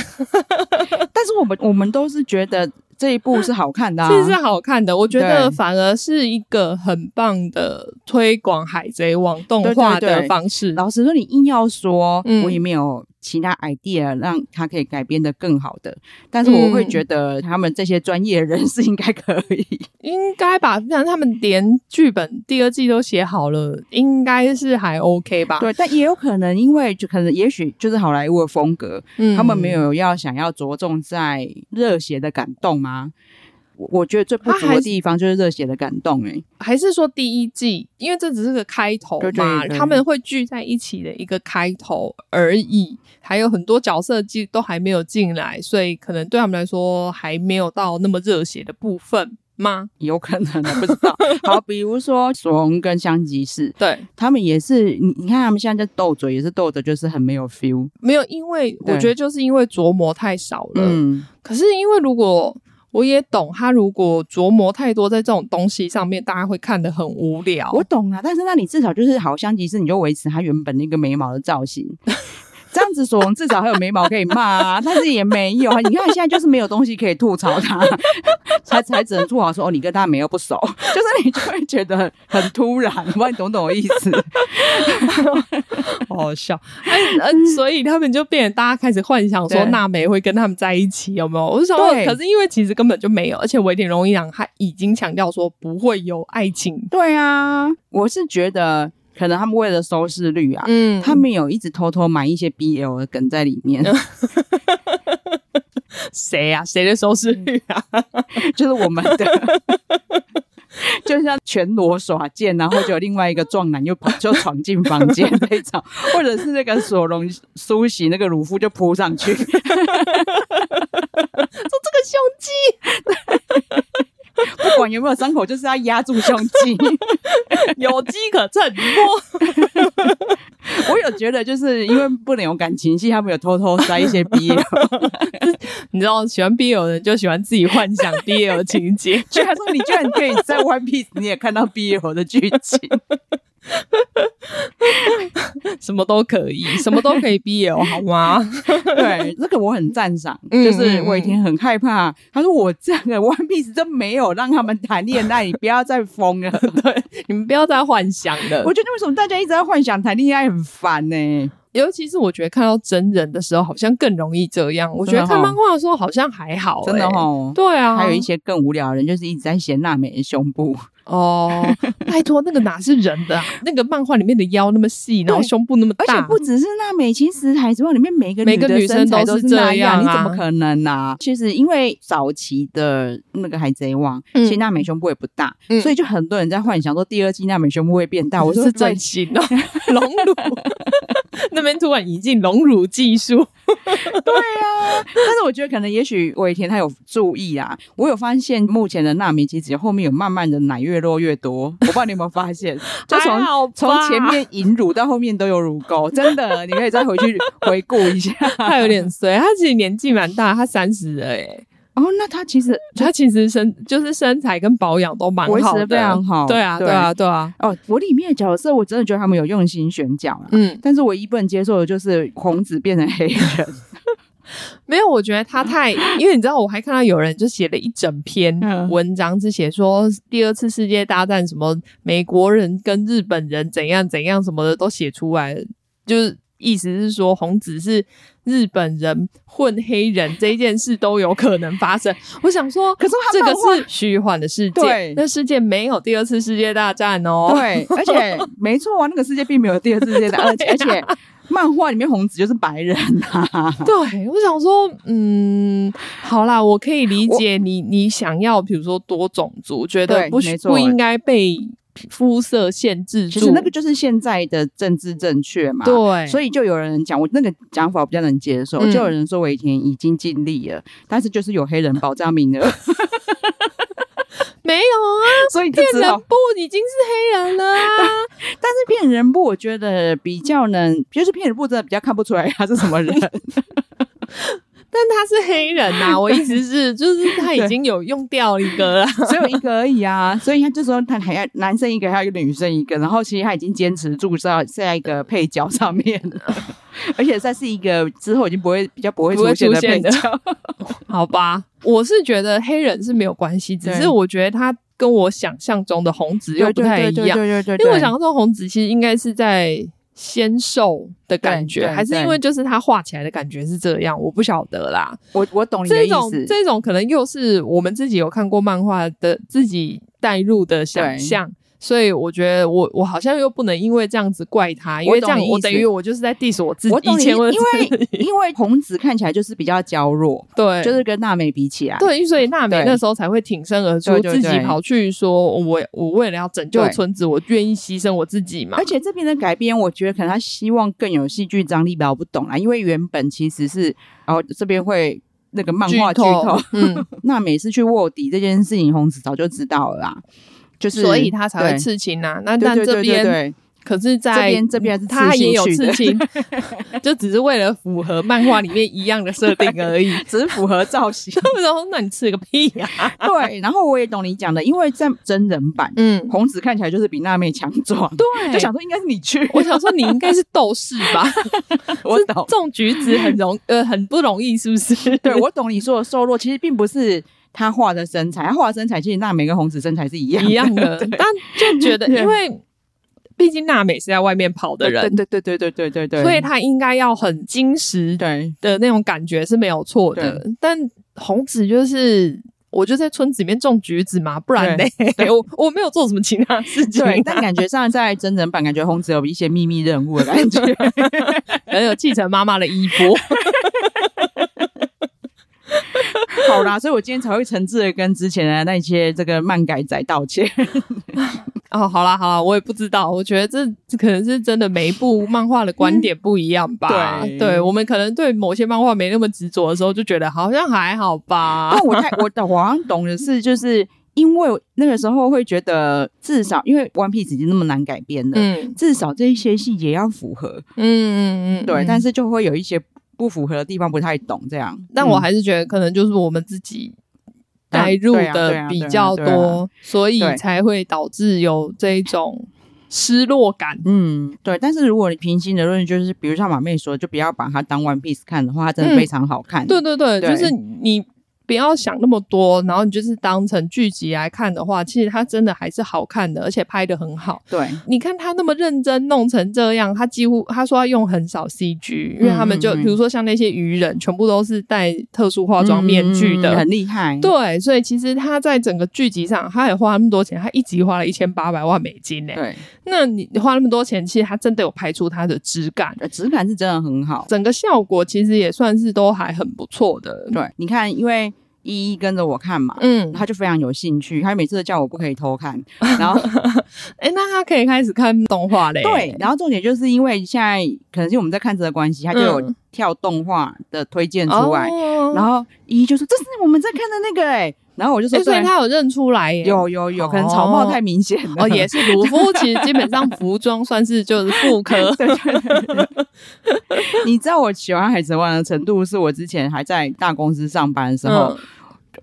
A: 但是我们我们都是觉得这一部是好 看的、啊，
B: 这是好看的。我觉得
A: 对
B: 反而是一个很棒的推广《海贼王》动画
A: 对对
B: 的
A: 对
B: 方式。
A: 老实说，你硬要说，
B: 嗯
A: 我也没有其他 idea 让他可以改编的更好的，但是我会
B: 嗯
A: 觉得他们这些专业人士应该可以。
B: 应该吧？反正他们连剧本第二季都写好了，应该是还 OK 吧？，
A: 对，但也有可能，因为就可能也许就是好莱坞的风格，
B: 嗯
A: 他们没。有要想要着重在热血的感动吗？我我觉得最不足
B: 他还
A: 的
B: 是
A: 地方就是热血的感动、欸，
B: 还是说第一季，因为这只是个开头
A: 对
B: 嘛，
A: 对对
B: 他们会聚在一起的一个开头而已，还有很多角色进都还没有进来，所以可能对他们来说还没有到那么热血的部分吗？
A: 有可能啊的，不知 道。好，比如说索隆跟香吉士，
B: 对，
A: 他们也是，你你看他们现在在斗嘴，也是斗的，就是很没有 feel。
B: 没有，因为我
A: 对
B: 觉得就是因为琢磨太少了。
A: 嗯，
B: 可是因为如果我也懂，他如果琢磨太多在这种东西上面，大家会看得很无聊。
A: 我懂啊，但是那你至少就是好香吉士，你就维持他原本那个眉毛的造 型。这样子，索隆至少还有眉毛可以骂啊，但是也没 有啊。你看现在就是没有东西可以吐槽他， 才才只能吐槽说哦，你跟他没有不熟， 就是你就会觉得很突然，我不知道你懂不懂我意思？
B: 好好笑。哎、呃，所以他们就变得大家开始幻想说
A: 对
B: 娜美会跟他们在一起，有没有？我就想说，
A: 对
B: 可是因为其实根本就没有，而且尾田荣一郎他已经强调说不会有爱情。
A: 对啊，我是觉得可能他们为了收视率啊，
B: 嗯
A: 他们有一直偷偷埋一些 BL 的梗在里面，
B: 谁啊？谁的收视
A: 嗯
B: 率啊？
A: 就是我们的，就像全裸耍剑，然后就有另外一个壮男又跑就闯进房间那种，或者是那个索隆苏醒，那个鲁夫就扑上 去，
B: 这个胸肌，
A: 不管有没有伤口，就是要压住胸肌。
B: 有机可乘，摸。
A: 我有觉得，就是因为不能有感情戏，他们有偷偷塞一些 BL，
B: 你知道，喜欢 BL 的人就喜欢自己幻想 BL 情节。
A: 居然说你居然可以在 One Piece 你也看到 BL 的剧情，
B: 什么都可以，什么都可以 BL 好吗？
A: 对这个我很赞赏。
B: 嗯
A: 就是我以前很害怕，他说我这样的 One Piece 真没有让他们谈恋爱，你不要再疯 了。
B: 你们不要再幻想了
A: 我。觉得为什么大家一直在幻想谈恋爱很烦呢、
B: 尤其是我觉得看到真人的时候，好像更容易这样。我觉得
A: 真的哦
B: 看漫画的时候好像还好、
A: 真的
B: 欸
A: 哦。
B: 对啊，
A: 还有一些更无聊的人，就是一直在嫌娜美的胸部，
B: 哦，拜托，那个哪是人的、啊？那个漫画里面的腰那么细，然后胸部那么
A: 而
B: 大，
A: 且不只是娜美，其实《海贼王》里面每个
B: 每个
A: 的
B: 女生
A: 身材
B: 都
A: 都
B: 是
A: 是
B: 这
A: 那
B: 样
A: 你
B: 啊
A: 怎么可能呢、其实因为早期的那个《海贼王》，
B: 嗯
A: 其实娜美胸部也不大，
B: 嗯
A: 所以就很多人在幻想说第二季娜美胸部会变 大。我
B: 我
A: 说
B: 是
A: 对
B: 真心哦，隆乳 那边突然引进隆乳技 术，
A: 啊但是我觉得可能也许尾田他有注意啊，我有发现目前的纳米其实后面有慢慢的奶越落越多，我不知道你有没有发 现，就从
B: 还好吧
A: 从前面引乳到后面都有乳沟，真的，你可以再回去回顾一下。
B: 他有点衰，他其实年纪蛮大，他三十了哎，
A: 哦，那他其实
B: 他其实身就是身材跟保养都蛮
A: 维
B: 好
A: 持的
B: 的，
A: 非常好，
B: 对啊，对啊，对啊，
A: 哦，我里面的角色我真的觉得他们有用心选角啦。
B: 嗯，
A: 但是我一不能接受的就是红子变成黑人，
B: 没有，我觉得他太，因为你知道，我还看到有人就写了一整篇
A: 嗯
B: 文章，是写说第二次世界大战什么美国人跟日本人怎样怎样什么的都写出来了，就是意思是说红子是日本人混黑人这一件事都有可能 发生。我想说，
A: 可是他
B: 这个
A: 漫画
B: 是虚幻的世界
A: 对，
B: 那世界没有第二次世界大战哦。
A: 对，而且没错啊，那个世界并没有第二次世界大战，而且而且漫画里面红子就是白人啊，
B: 对，我想说，嗯，好啦，我可以理解你，你想要比如说多种族，觉得
A: 对
B: 不需
A: 没错
B: 不应该被肤色限制
A: 其
B: 住，
A: 实那个就是现在的政治正确嘛。
B: 对，
A: 所
B: 以
A: 以就有人讲我那个讲法我比较能接受，
B: 嗯
A: 就有人说我以前已经尽力了，但是就是有黑人保障名额，
B: 没有啊，
A: 所以就
B: 骗
A: 只好
B: 人不已经是黑人了啊，
A: 但是骗人部，我觉得比较能，就是骗人部真的比较看不出来他是什 么人。
B: 但他是黑人呐、我意思是，就是他已经有用掉一 个了，
A: 只有一个而已啊，所以他就说他还要男生一个，还有一个女生一个，然后其实他已经坚持住在在一个配角上面了， 而且再是一个之后已经不会比较不会
B: 不会
A: 出现的
B: 出
A: 配
B: 现的
A: 角，
B: 好吧？我是觉得黑人是没有关系，只
A: 对
B: 是我觉得他跟我想象中的红子 又不太一样，
A: 对对
B: 因为我想象中红子其实应该是在。纤瘦的感
A: 对
B: 觉，
A: 对
B: 还是因为就是他画起来的感觉是这样，我不晓得啦。
A: 我我哦懂你的
B: 这
A: 意
B: 种
A: 思，
B: 这种可能又是我们自己有看过漫画的自己带入的想象，所以我觉得我我好像又不能因为这样子怪他，因为这样
A: 懂你
B: 我
A: 意思
B: 等于我就是在 diss 我自己
A: 我，懂
B: 以
A: 你，
B: 前
A: 因
B: 我的自
A: 为
B: 己
A: 因 为红子看起来就是比较娇弱，
B: 对，
A: 就是跟娜美比起来，
B: 对，所以娜美
A: 对
B: 那时候才会挺身而出，
A: 对对
B: 自己
A: 对
B: 跑去说我我为了要拯救
A: 对
B: 村子，我愿意牺牲我自己嘛
A: 而。且这边的改编，我觉得可能他希望更有戏剧张力吧，我不懂啦。啊因为原本其实是，然后这边会那个漫画剧透，
B: 嗯，
A: 那每次去卧底这件事情，红子早就知道了啦，就是
B: 所以他才会
A: 对
B: 刺青呐、啊。那
A: 对
B: 但
A: 对
B: 这
A: 对对
B: 边
A: 对，
B: 可是在，
A: 这边这边还是
B: 他
A: 刺
B: 也
A: 进
B: 有
A: 去
B: 刺
A: 的
B: 青， 就只是为了符合漫画里面一样的设定而 已。
A: 只是符合造型。
B: 然后那你吃个屁 呀、
A: 对，然后我也懂你讲的，因为在真人版，
B: 嗯，
A: 红子看起来就是比娜妹强壮，
B: 对
A: 就想说应该是你去，
B: 我想说你应该是斗士吧？
A: 我
B: 这
A: 懂，
B: 种橘子很容呃很不容易，是不是？
A: 对我懂你说的瘦弱，其实并不是她画的身材，她画的身材其实娜美跟红子身材是一样
B: 一样的，
A: 啊对
B: 但就觉 得
A: 对
B: 因为。毕竟娜美是在外面跑的人，
A: 对对对对对对对，
B: 所以她应该要很矜持
A: 对
B: 的那种感觉是没有错的。但红子就是我就在村子里面种橘子嘛，不然呢， 我我没有做什么其他事情、
A: 对，但感觉上在真人版，感觉红子有一些秘密任务的感觉。
B: 很有继承妈妈的衣钵。
A: 好啦，所以我今天才会诚挚的跟之前的那些这个漫改仔道歉。
B: 哦，好啦好啦，我也不知道，我觉得这这可能是真的每一部漫画的观点不一样吧。
A: 对
B: 我们可能对某些漫画没那么执着的时候，就觉得好像还好吧
A: 但。我太我懂，我好像懂的是，就是因为那个时候会觉得，至少因为 One Piece 已经那么难改编了，
B: 嗯
A: 至少这一些细节要符合。
B: 嗯嗯嗯，
A: 对，
B: 嗯
A: 但是就会有一些不符合的地方，不太懂这样。
B: 但
A: 嗯
B: 我还是觉得可能就是我们自己
A: 啊
B: 带入
A: 对啊对
B: 的
A: 啊
B: 比
A: 对啊
B: 较
A: 对啊
B: 多，所以
A: 对
B: 才会导致有这种失落感。
A: 嗯，对，但是如果你平心而论，就是比如像马妹说，就不要把它当 One Piece 看的话，它真的
B: 嗯
A: 非常好看。
B: 对对对，
A: 对
B: 就是你不要想那么多，然后你就是当成剧集来看的话，其实它真的还是好看的，而且拍的很好。
A: 对，
B: 你看他那么认真弄成这样，他几乎他说他用很少 CG，因为他们就
A: 嗯嗯
B: 比如说像那些鱼人，全部都是戴特殊化妆面具
A: 嗯
B: 的
A: 很。厉害。
B: 对，所以其实他在整个剧集上，他也花那么多钱，他一集花了一千八百万美金呢。
A: 对，
B: 那你花那么多钱，其实他真的有拍出它的质感，
A: 呃质感是真的很好。
B: 整个效果其实也算是都还很不错的。
A: 对，你看，因为依依跟着我看嘛，
B: 嗯，
A: 他就非常有兴趣，他每次都叫我不可以偷 看。然后
B: 哎、那他可以开始看动画嘞。
A: 对，，然后重点就是因为现在可能是我们在看这个关系，他就有
B: 嗯
A: 跳动画的推荐出来，
B: 哦、
A: 然后依依就说这是我们在看的那个哎、然后我就说
B: 诶所以
A: 对
B: 他有认出来耶。
A: 有有有，可能草帽太明显了。。
B: 哦，也是鲁夫，其实基本上服装算是就是妇科
A: 对对对 对你知道我喜欢海贼王的程度，是我之前还在大公司上班的时候，
B: 嗯，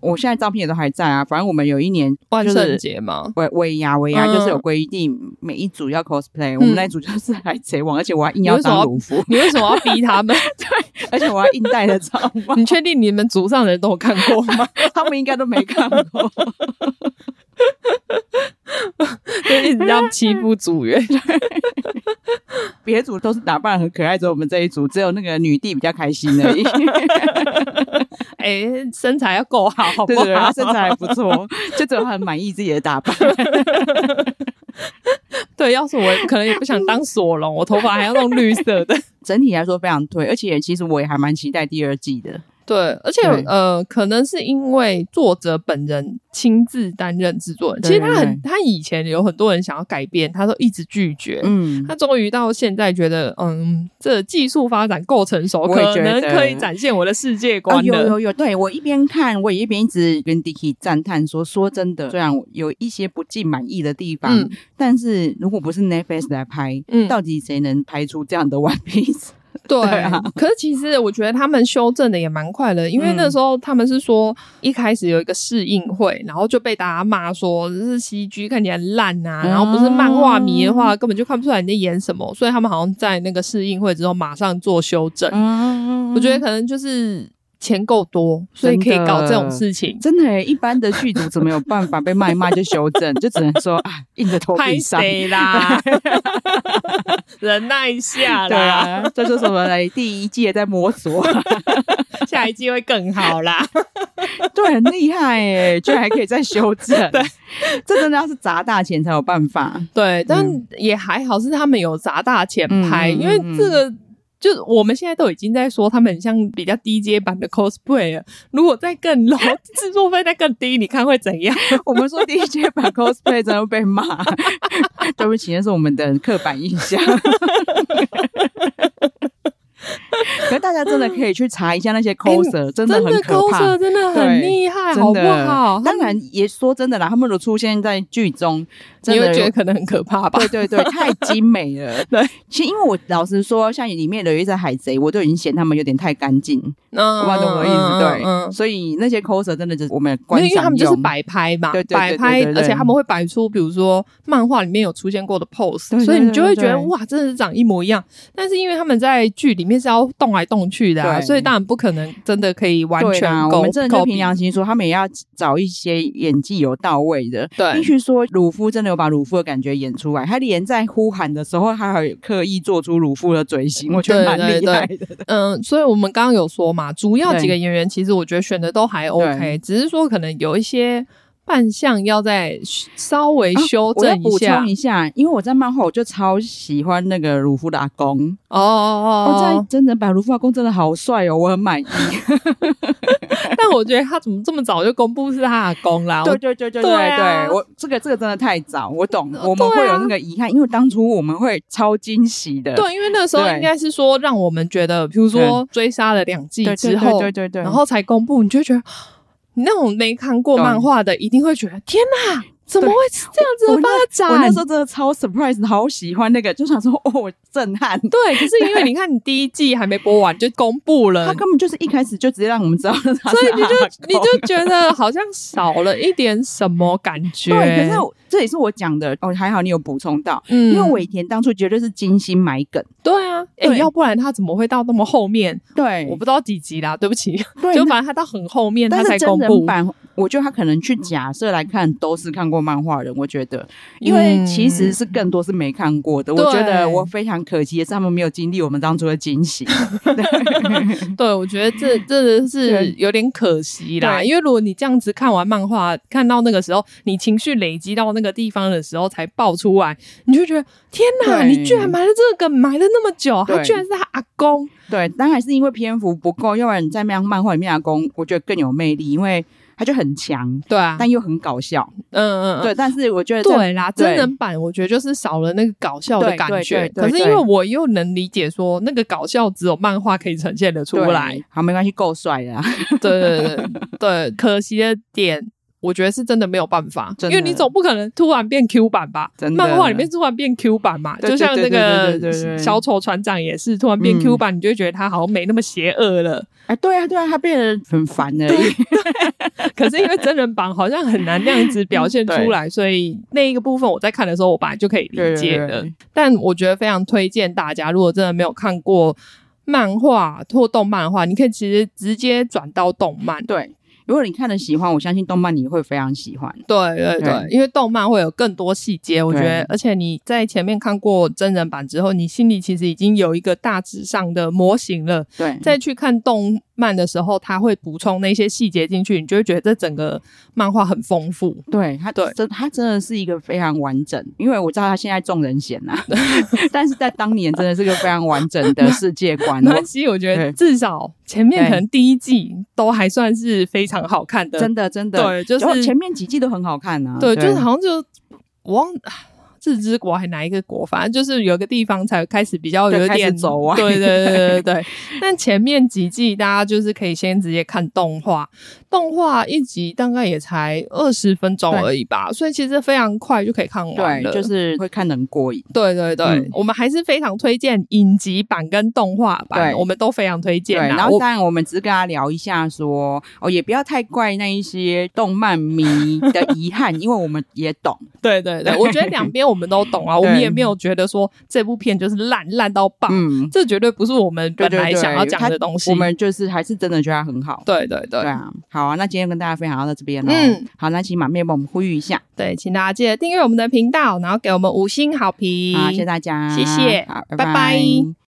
A: 我现在照片也都还在啊。反正我们有一年
B: 万
A: 就是
B: 圣节嘛，
A: 维维亚维亚
B: 嗯
A: 就是有规定，每一组要 cosplay，、我们那一组就是海贼王，而且我还硬要当鲁夫，
B: 你为什么要逼 他们？
A: 而且我还硬戴了草帽，
B: 你确定你们组上的人都有看过吗？
A: 他们应该都没看过。
B: 就一直这样欺负组员。
A: 别组都是打扮得很可爱，只有我们这一组只有那个女帝比较开心 而已。
B: 哎、身材要够好，好不
A: 对
B: 好？啊
A: 对对，她身材还不错，就只有她很满意自己的打扮。
B: 对，要是我可能也不想当索隆，我头发还要弄绿色的。
A: 整体来说非常推，而且其实我也还蛮期待第二季的。
B: 对，而且
A: 对
B: 呃，可能是因为作者本人亲自担任制作人，其实他很，他以前有很多人想要改变，他都一直拒绝。
A: 嗯，
B: 他终于到现在觉得，嗯，这技术发展够成熟，
A: 我也
B: 可
A: 觉
B: 能
A: 得
B: 可以展现我的世界
A: 哦，
B: 观
A: 有
B: 了。
A: 有有，对我一边看，我也一边一直跟 Dicky 赞叹说，说真的，虽然我有一些不尽满意的地方，
B: 嗯
A: 但是如果不是 Netflix 来拍，
B: 嗯
A: 到底谁能拍出这样的 One Piece？
B: 对
A: 对啊嗯
B: 可是其实我觉得他们修正的也蛮快的，因为那时候他们是说一开始有一个试映会，然后就被大家骂说这是 CG 看起来很烂啊，
A: 嗯
B: 然后不是漫画迷的话根本就看不出来你在演什么，所以他们好像在那个试映会之后马上做修正。
A: 嗯
B: 我觉得可能就是钱够多，所以可以搞这种事情。
A: 真的耶，一般的剧组怎么有办法被骂一骂就修正，就只能说啊，硬着头
B: 拍
A: 皮上。
B: 谁啦？忍耐一下
A: 对
B: 啦，
A: 啊，这说什么嘞？第一届在摸索，
B: 下一季会更好啦。
A: 对，很厉害哎，居然还可以再修 正。对，这真的要是砸大钱才有办法。
B: 对，但
A: 嗯
B: 也还好是他们有砸大钱拍，
A: 嗯嗯
B: 因为这个。就是我们现在都已经在说他们很像比较低阶版的 cosplay 了，如果再更 low，制 作费再更低，你看会怎样？
A: 我们说第一届版 cosplay 真的被 骂，对不起，那是我们的刻板印象。可是大家真的可以去查一下那些 coser，、真的
B: 哎真
A: 很可怕
B: coser。真的很厉害，
A: 真
B: 好不
A: 的，
B: 好？
A: 当然也说真的啦，他们的出现在剧中，
B: 你
A: 真的
B: 会觉得可能很可怕吧
A: 对？对对，太精美了。
B: 对，
A: 其实因为我老实说，像里面的有一只海贼，我都已经嫌他们有点太干净，
B: 嗯
A: 我不知道懂我的意思。对，
B: 嗯，
A: 所以那些 coser 真的就是我们
B: 嗯
A: 观
B: 因
A: 赏
B: 为
A: 用，
B: 他们就是摆拍嘛
A: 对，对对
B: 摆
A: 对
B: 拍
A: 对，对
B: 而且他们会摆出比如说漫画里面有出现过的 pose，
A: 对对
B: 所以你就会觉
A: 对对
B: 得
A: 对
B: 哇，真的是长一模一样。但是因为他们在剧里面是要动来动去的、啊，
A: 对
B: 所以当然不可能真的可以完
A: 对
B: 全
A: 啦
B: 够
A: 我们真的
B: 够
A: 就凭良心说，他们也要找一些演技有到位的。必
B: 对。
A: 须说，鲁夫真的有把鲁夫的感觉演出来，他连在呼喊的时候，他还有刻意做出鲁夫的嘴型，我觉得
B: 对
A: 蛮
B: 对
A: 厉害的。
B: 嗯，所以我们刚刚有说嘛，主要
A: 对
B: 几个演员其实我觉得选的都还 OK，
A: 对
B: 只是说可能有一些扮相要再稍微修
A: 啊我要
B: 正
A: 补
B: 一下。
A: 充一下，因为我在漫画我就超喜欢那个鲁夫的阿公，
B: 哦哦
A: 哦，在
B: 哦
A: 真人版鲁夫阿公真的好帅哦，我很 满意。
B: 哦！ 但我觉得他怎么这么早就公布是他阿公啦？我
A: 对对对对
B: 对啊
A: 对，我这个这个真的太早，我懂，
B: 呃
A: 我们
B: 对
A: 会
B: 啊
A: 有那个遗憾，因为当初我们会超惊喜的。
B: 对，因为那时候
A: 对
B: 应该是说让我们觉得，比如说追杀了两季
A: 对
B: 之
A: 对
B: 后，
A: 对对对对，
B: 然后才公布，你就会觉得你那种没看过
A: 对
B: 漫画的，一定会觉得天哪，怎么会是这样子的
A: 我
B: 发展？
A: 我那 时候真的超 surprise，好喜欢那个，就想说哦，我震撼。
B: 对，可是因为你看你第一季还没播完就公布
A: 他
B: 了。
A: 根本就是一开始就直接让我们知道他是阿
B: 呃所以你就
A: 拉贡
B: 你就觉得好像少了一点什么感觉，
A: 对，可是我这也是我讲的哦，还好你有补充到，
B: 嗯
A: 因为尾田当初绝对是精心买梗，
B: 对啊，哎、
A: 对
B: 要不然他怎么会到那么后面？
A: 对
B: 我不知道几集啦，对不起，
A: 对
B: 就
A: 那
B: 反正他到很后面他
A: 但
B: 才
A: 是
B: 公
A: 真
B: 布
A: 人。版，我觉得他可能去假设来看都是看过漫画人，我觉得，因为
B: 嗯
A: 其实是更多是没看过的。我
B: 对
A: 觉得我非常可惜的是，他们没有经历我们当初的惊喜。
B: 对，我觉得这真的是
A: 对
B: 有点可惜啦，
A: 对
B: 因为如果你这样子看完漫画，看到那个时候，你情绪累积到那个地方的时候才爆出来，你就觉得天哪，
A: 对
B: 你居然埋了这个梗，埋了那么久，他
A: 对
B: 居然是他阿公，
A: 对，当然是因为篇幅不够，要不然在漫漫画里面阿公，我觉得更有魅力，因为他就很强，
B: 对啊，
A: 但又很搞笑。
B: 嗯嗯嗯。
A: 对，但是我觉得这
B: 对啦，
A: 对
B: 真人版我觉得就是少了那个搞笑的
A: 对
B: 感
A: 对
B: 觉
A: 对，对
B: 可是因
A: 对
B: 为我又能理解说那个搞笑只有漫画可以呈现的出
A: 对
B: 来，
A: 好没关系，够帅的、啊。
B: 对对对对，可惜的点。我觉得是真的没有办法，因
A: 真的
B: 为你总不可能突然变 Q 版吧？
A: 真的
B: 漫画里面突然变 Q 版嘛，
A: 对
B: 就像那
A: 对对
B: 个
A: 对对对对对
B: 小丑船长也是突然变
A: 嗯
B: Q 版，你就会觉得他好像没那么邪恶了。
A: 哎，对啊，对啊，他变得很烦而已。
B: 可是因为真人版好像很难那样子表 现出来，所以那一个部分我在看的时候，我本来就可以理
A: 对对
B: 解的
A: 对。
B: 但我觉得非常推荐大家，如果真的没有看过漫画或动漫的话，你可以其实直接转到动漫。
A: 对，如果你看的喜欢，我相信动漫你会非常喜欢。
B: 对对对，
A: 对
B: 因为动漫会有更多细节，我觉得
A: 对，
B: 而且你在前面看过
A: 嗯
B: 真人版之后，你心里其实已经有一个大致上的模型了，
A: 对，
B: 再去看动漫的时候，他会补充那些细节进去，你就会觉得这整个漫画很丰富。
A: 对他
B: 对
A: 真他真的是一个非常完整，因为我知道他现在众人嫌呐、啊 但是在当年真的是个非常完整的世界 观。
B: 南
A: 我
B: 希，我觉得
A: 对
B: 至少前面
A: 对
B: 可能第一季都还算是非常好看的，
A: 真的真的，
B: 对，就
A: 然后
B: 是
A: 前面几季都很好看啊。
B: 对，就是好像就我忘 日之国还哪一个国，反正就是有一个地方才开始比较
A: 对
B: 有
A: 开始
B: 点
A: 走啊歪
B: 对对对对对 对。但前面几季大家就是可以先直接看动画，动画一集大概也才二十分钟
A: 对
B: 而已吧，所以其实非常快就可以看完了。
A: 对，就是会看得很过瘾。
B: 对对对，
A: 嗯
B: 我们还是非常推荐影集版跟动画版，
A: 对
B: 我们都非常推
A: 对，
B: 荐啊。
A: 然后
B: 我
A: 当然我们只是跟他聊一下说，哦，也不要太怪那一些动漫 迷的遗憾，因为我们也懂。
B: 对对对，我觉得两边我们都懂 啊，我
A: 对
B: 们也没有觉得说这部片就是烂烂到爆。
A: 嗯，
B: 这绝对不是我们
A: 对
B: 本
A: 对
B: 来
A: 对
B: 想要讲
A: 他
B: 的东西。
A: 我们就是还是真的觉得他很好。
B: 对对对
A: 对啊，好啊，那今天跟大家分享到这边喽。
B: 嗯，
A: 好，那请马妹帮我们呼吁一下，
B: 对，请大家记得订阅我们的频道，然后给我们五星好评。
A: 好，谢谢大家，
B: 谢谢
A: 好，拜
B: 拜
A: 拜
B: 拜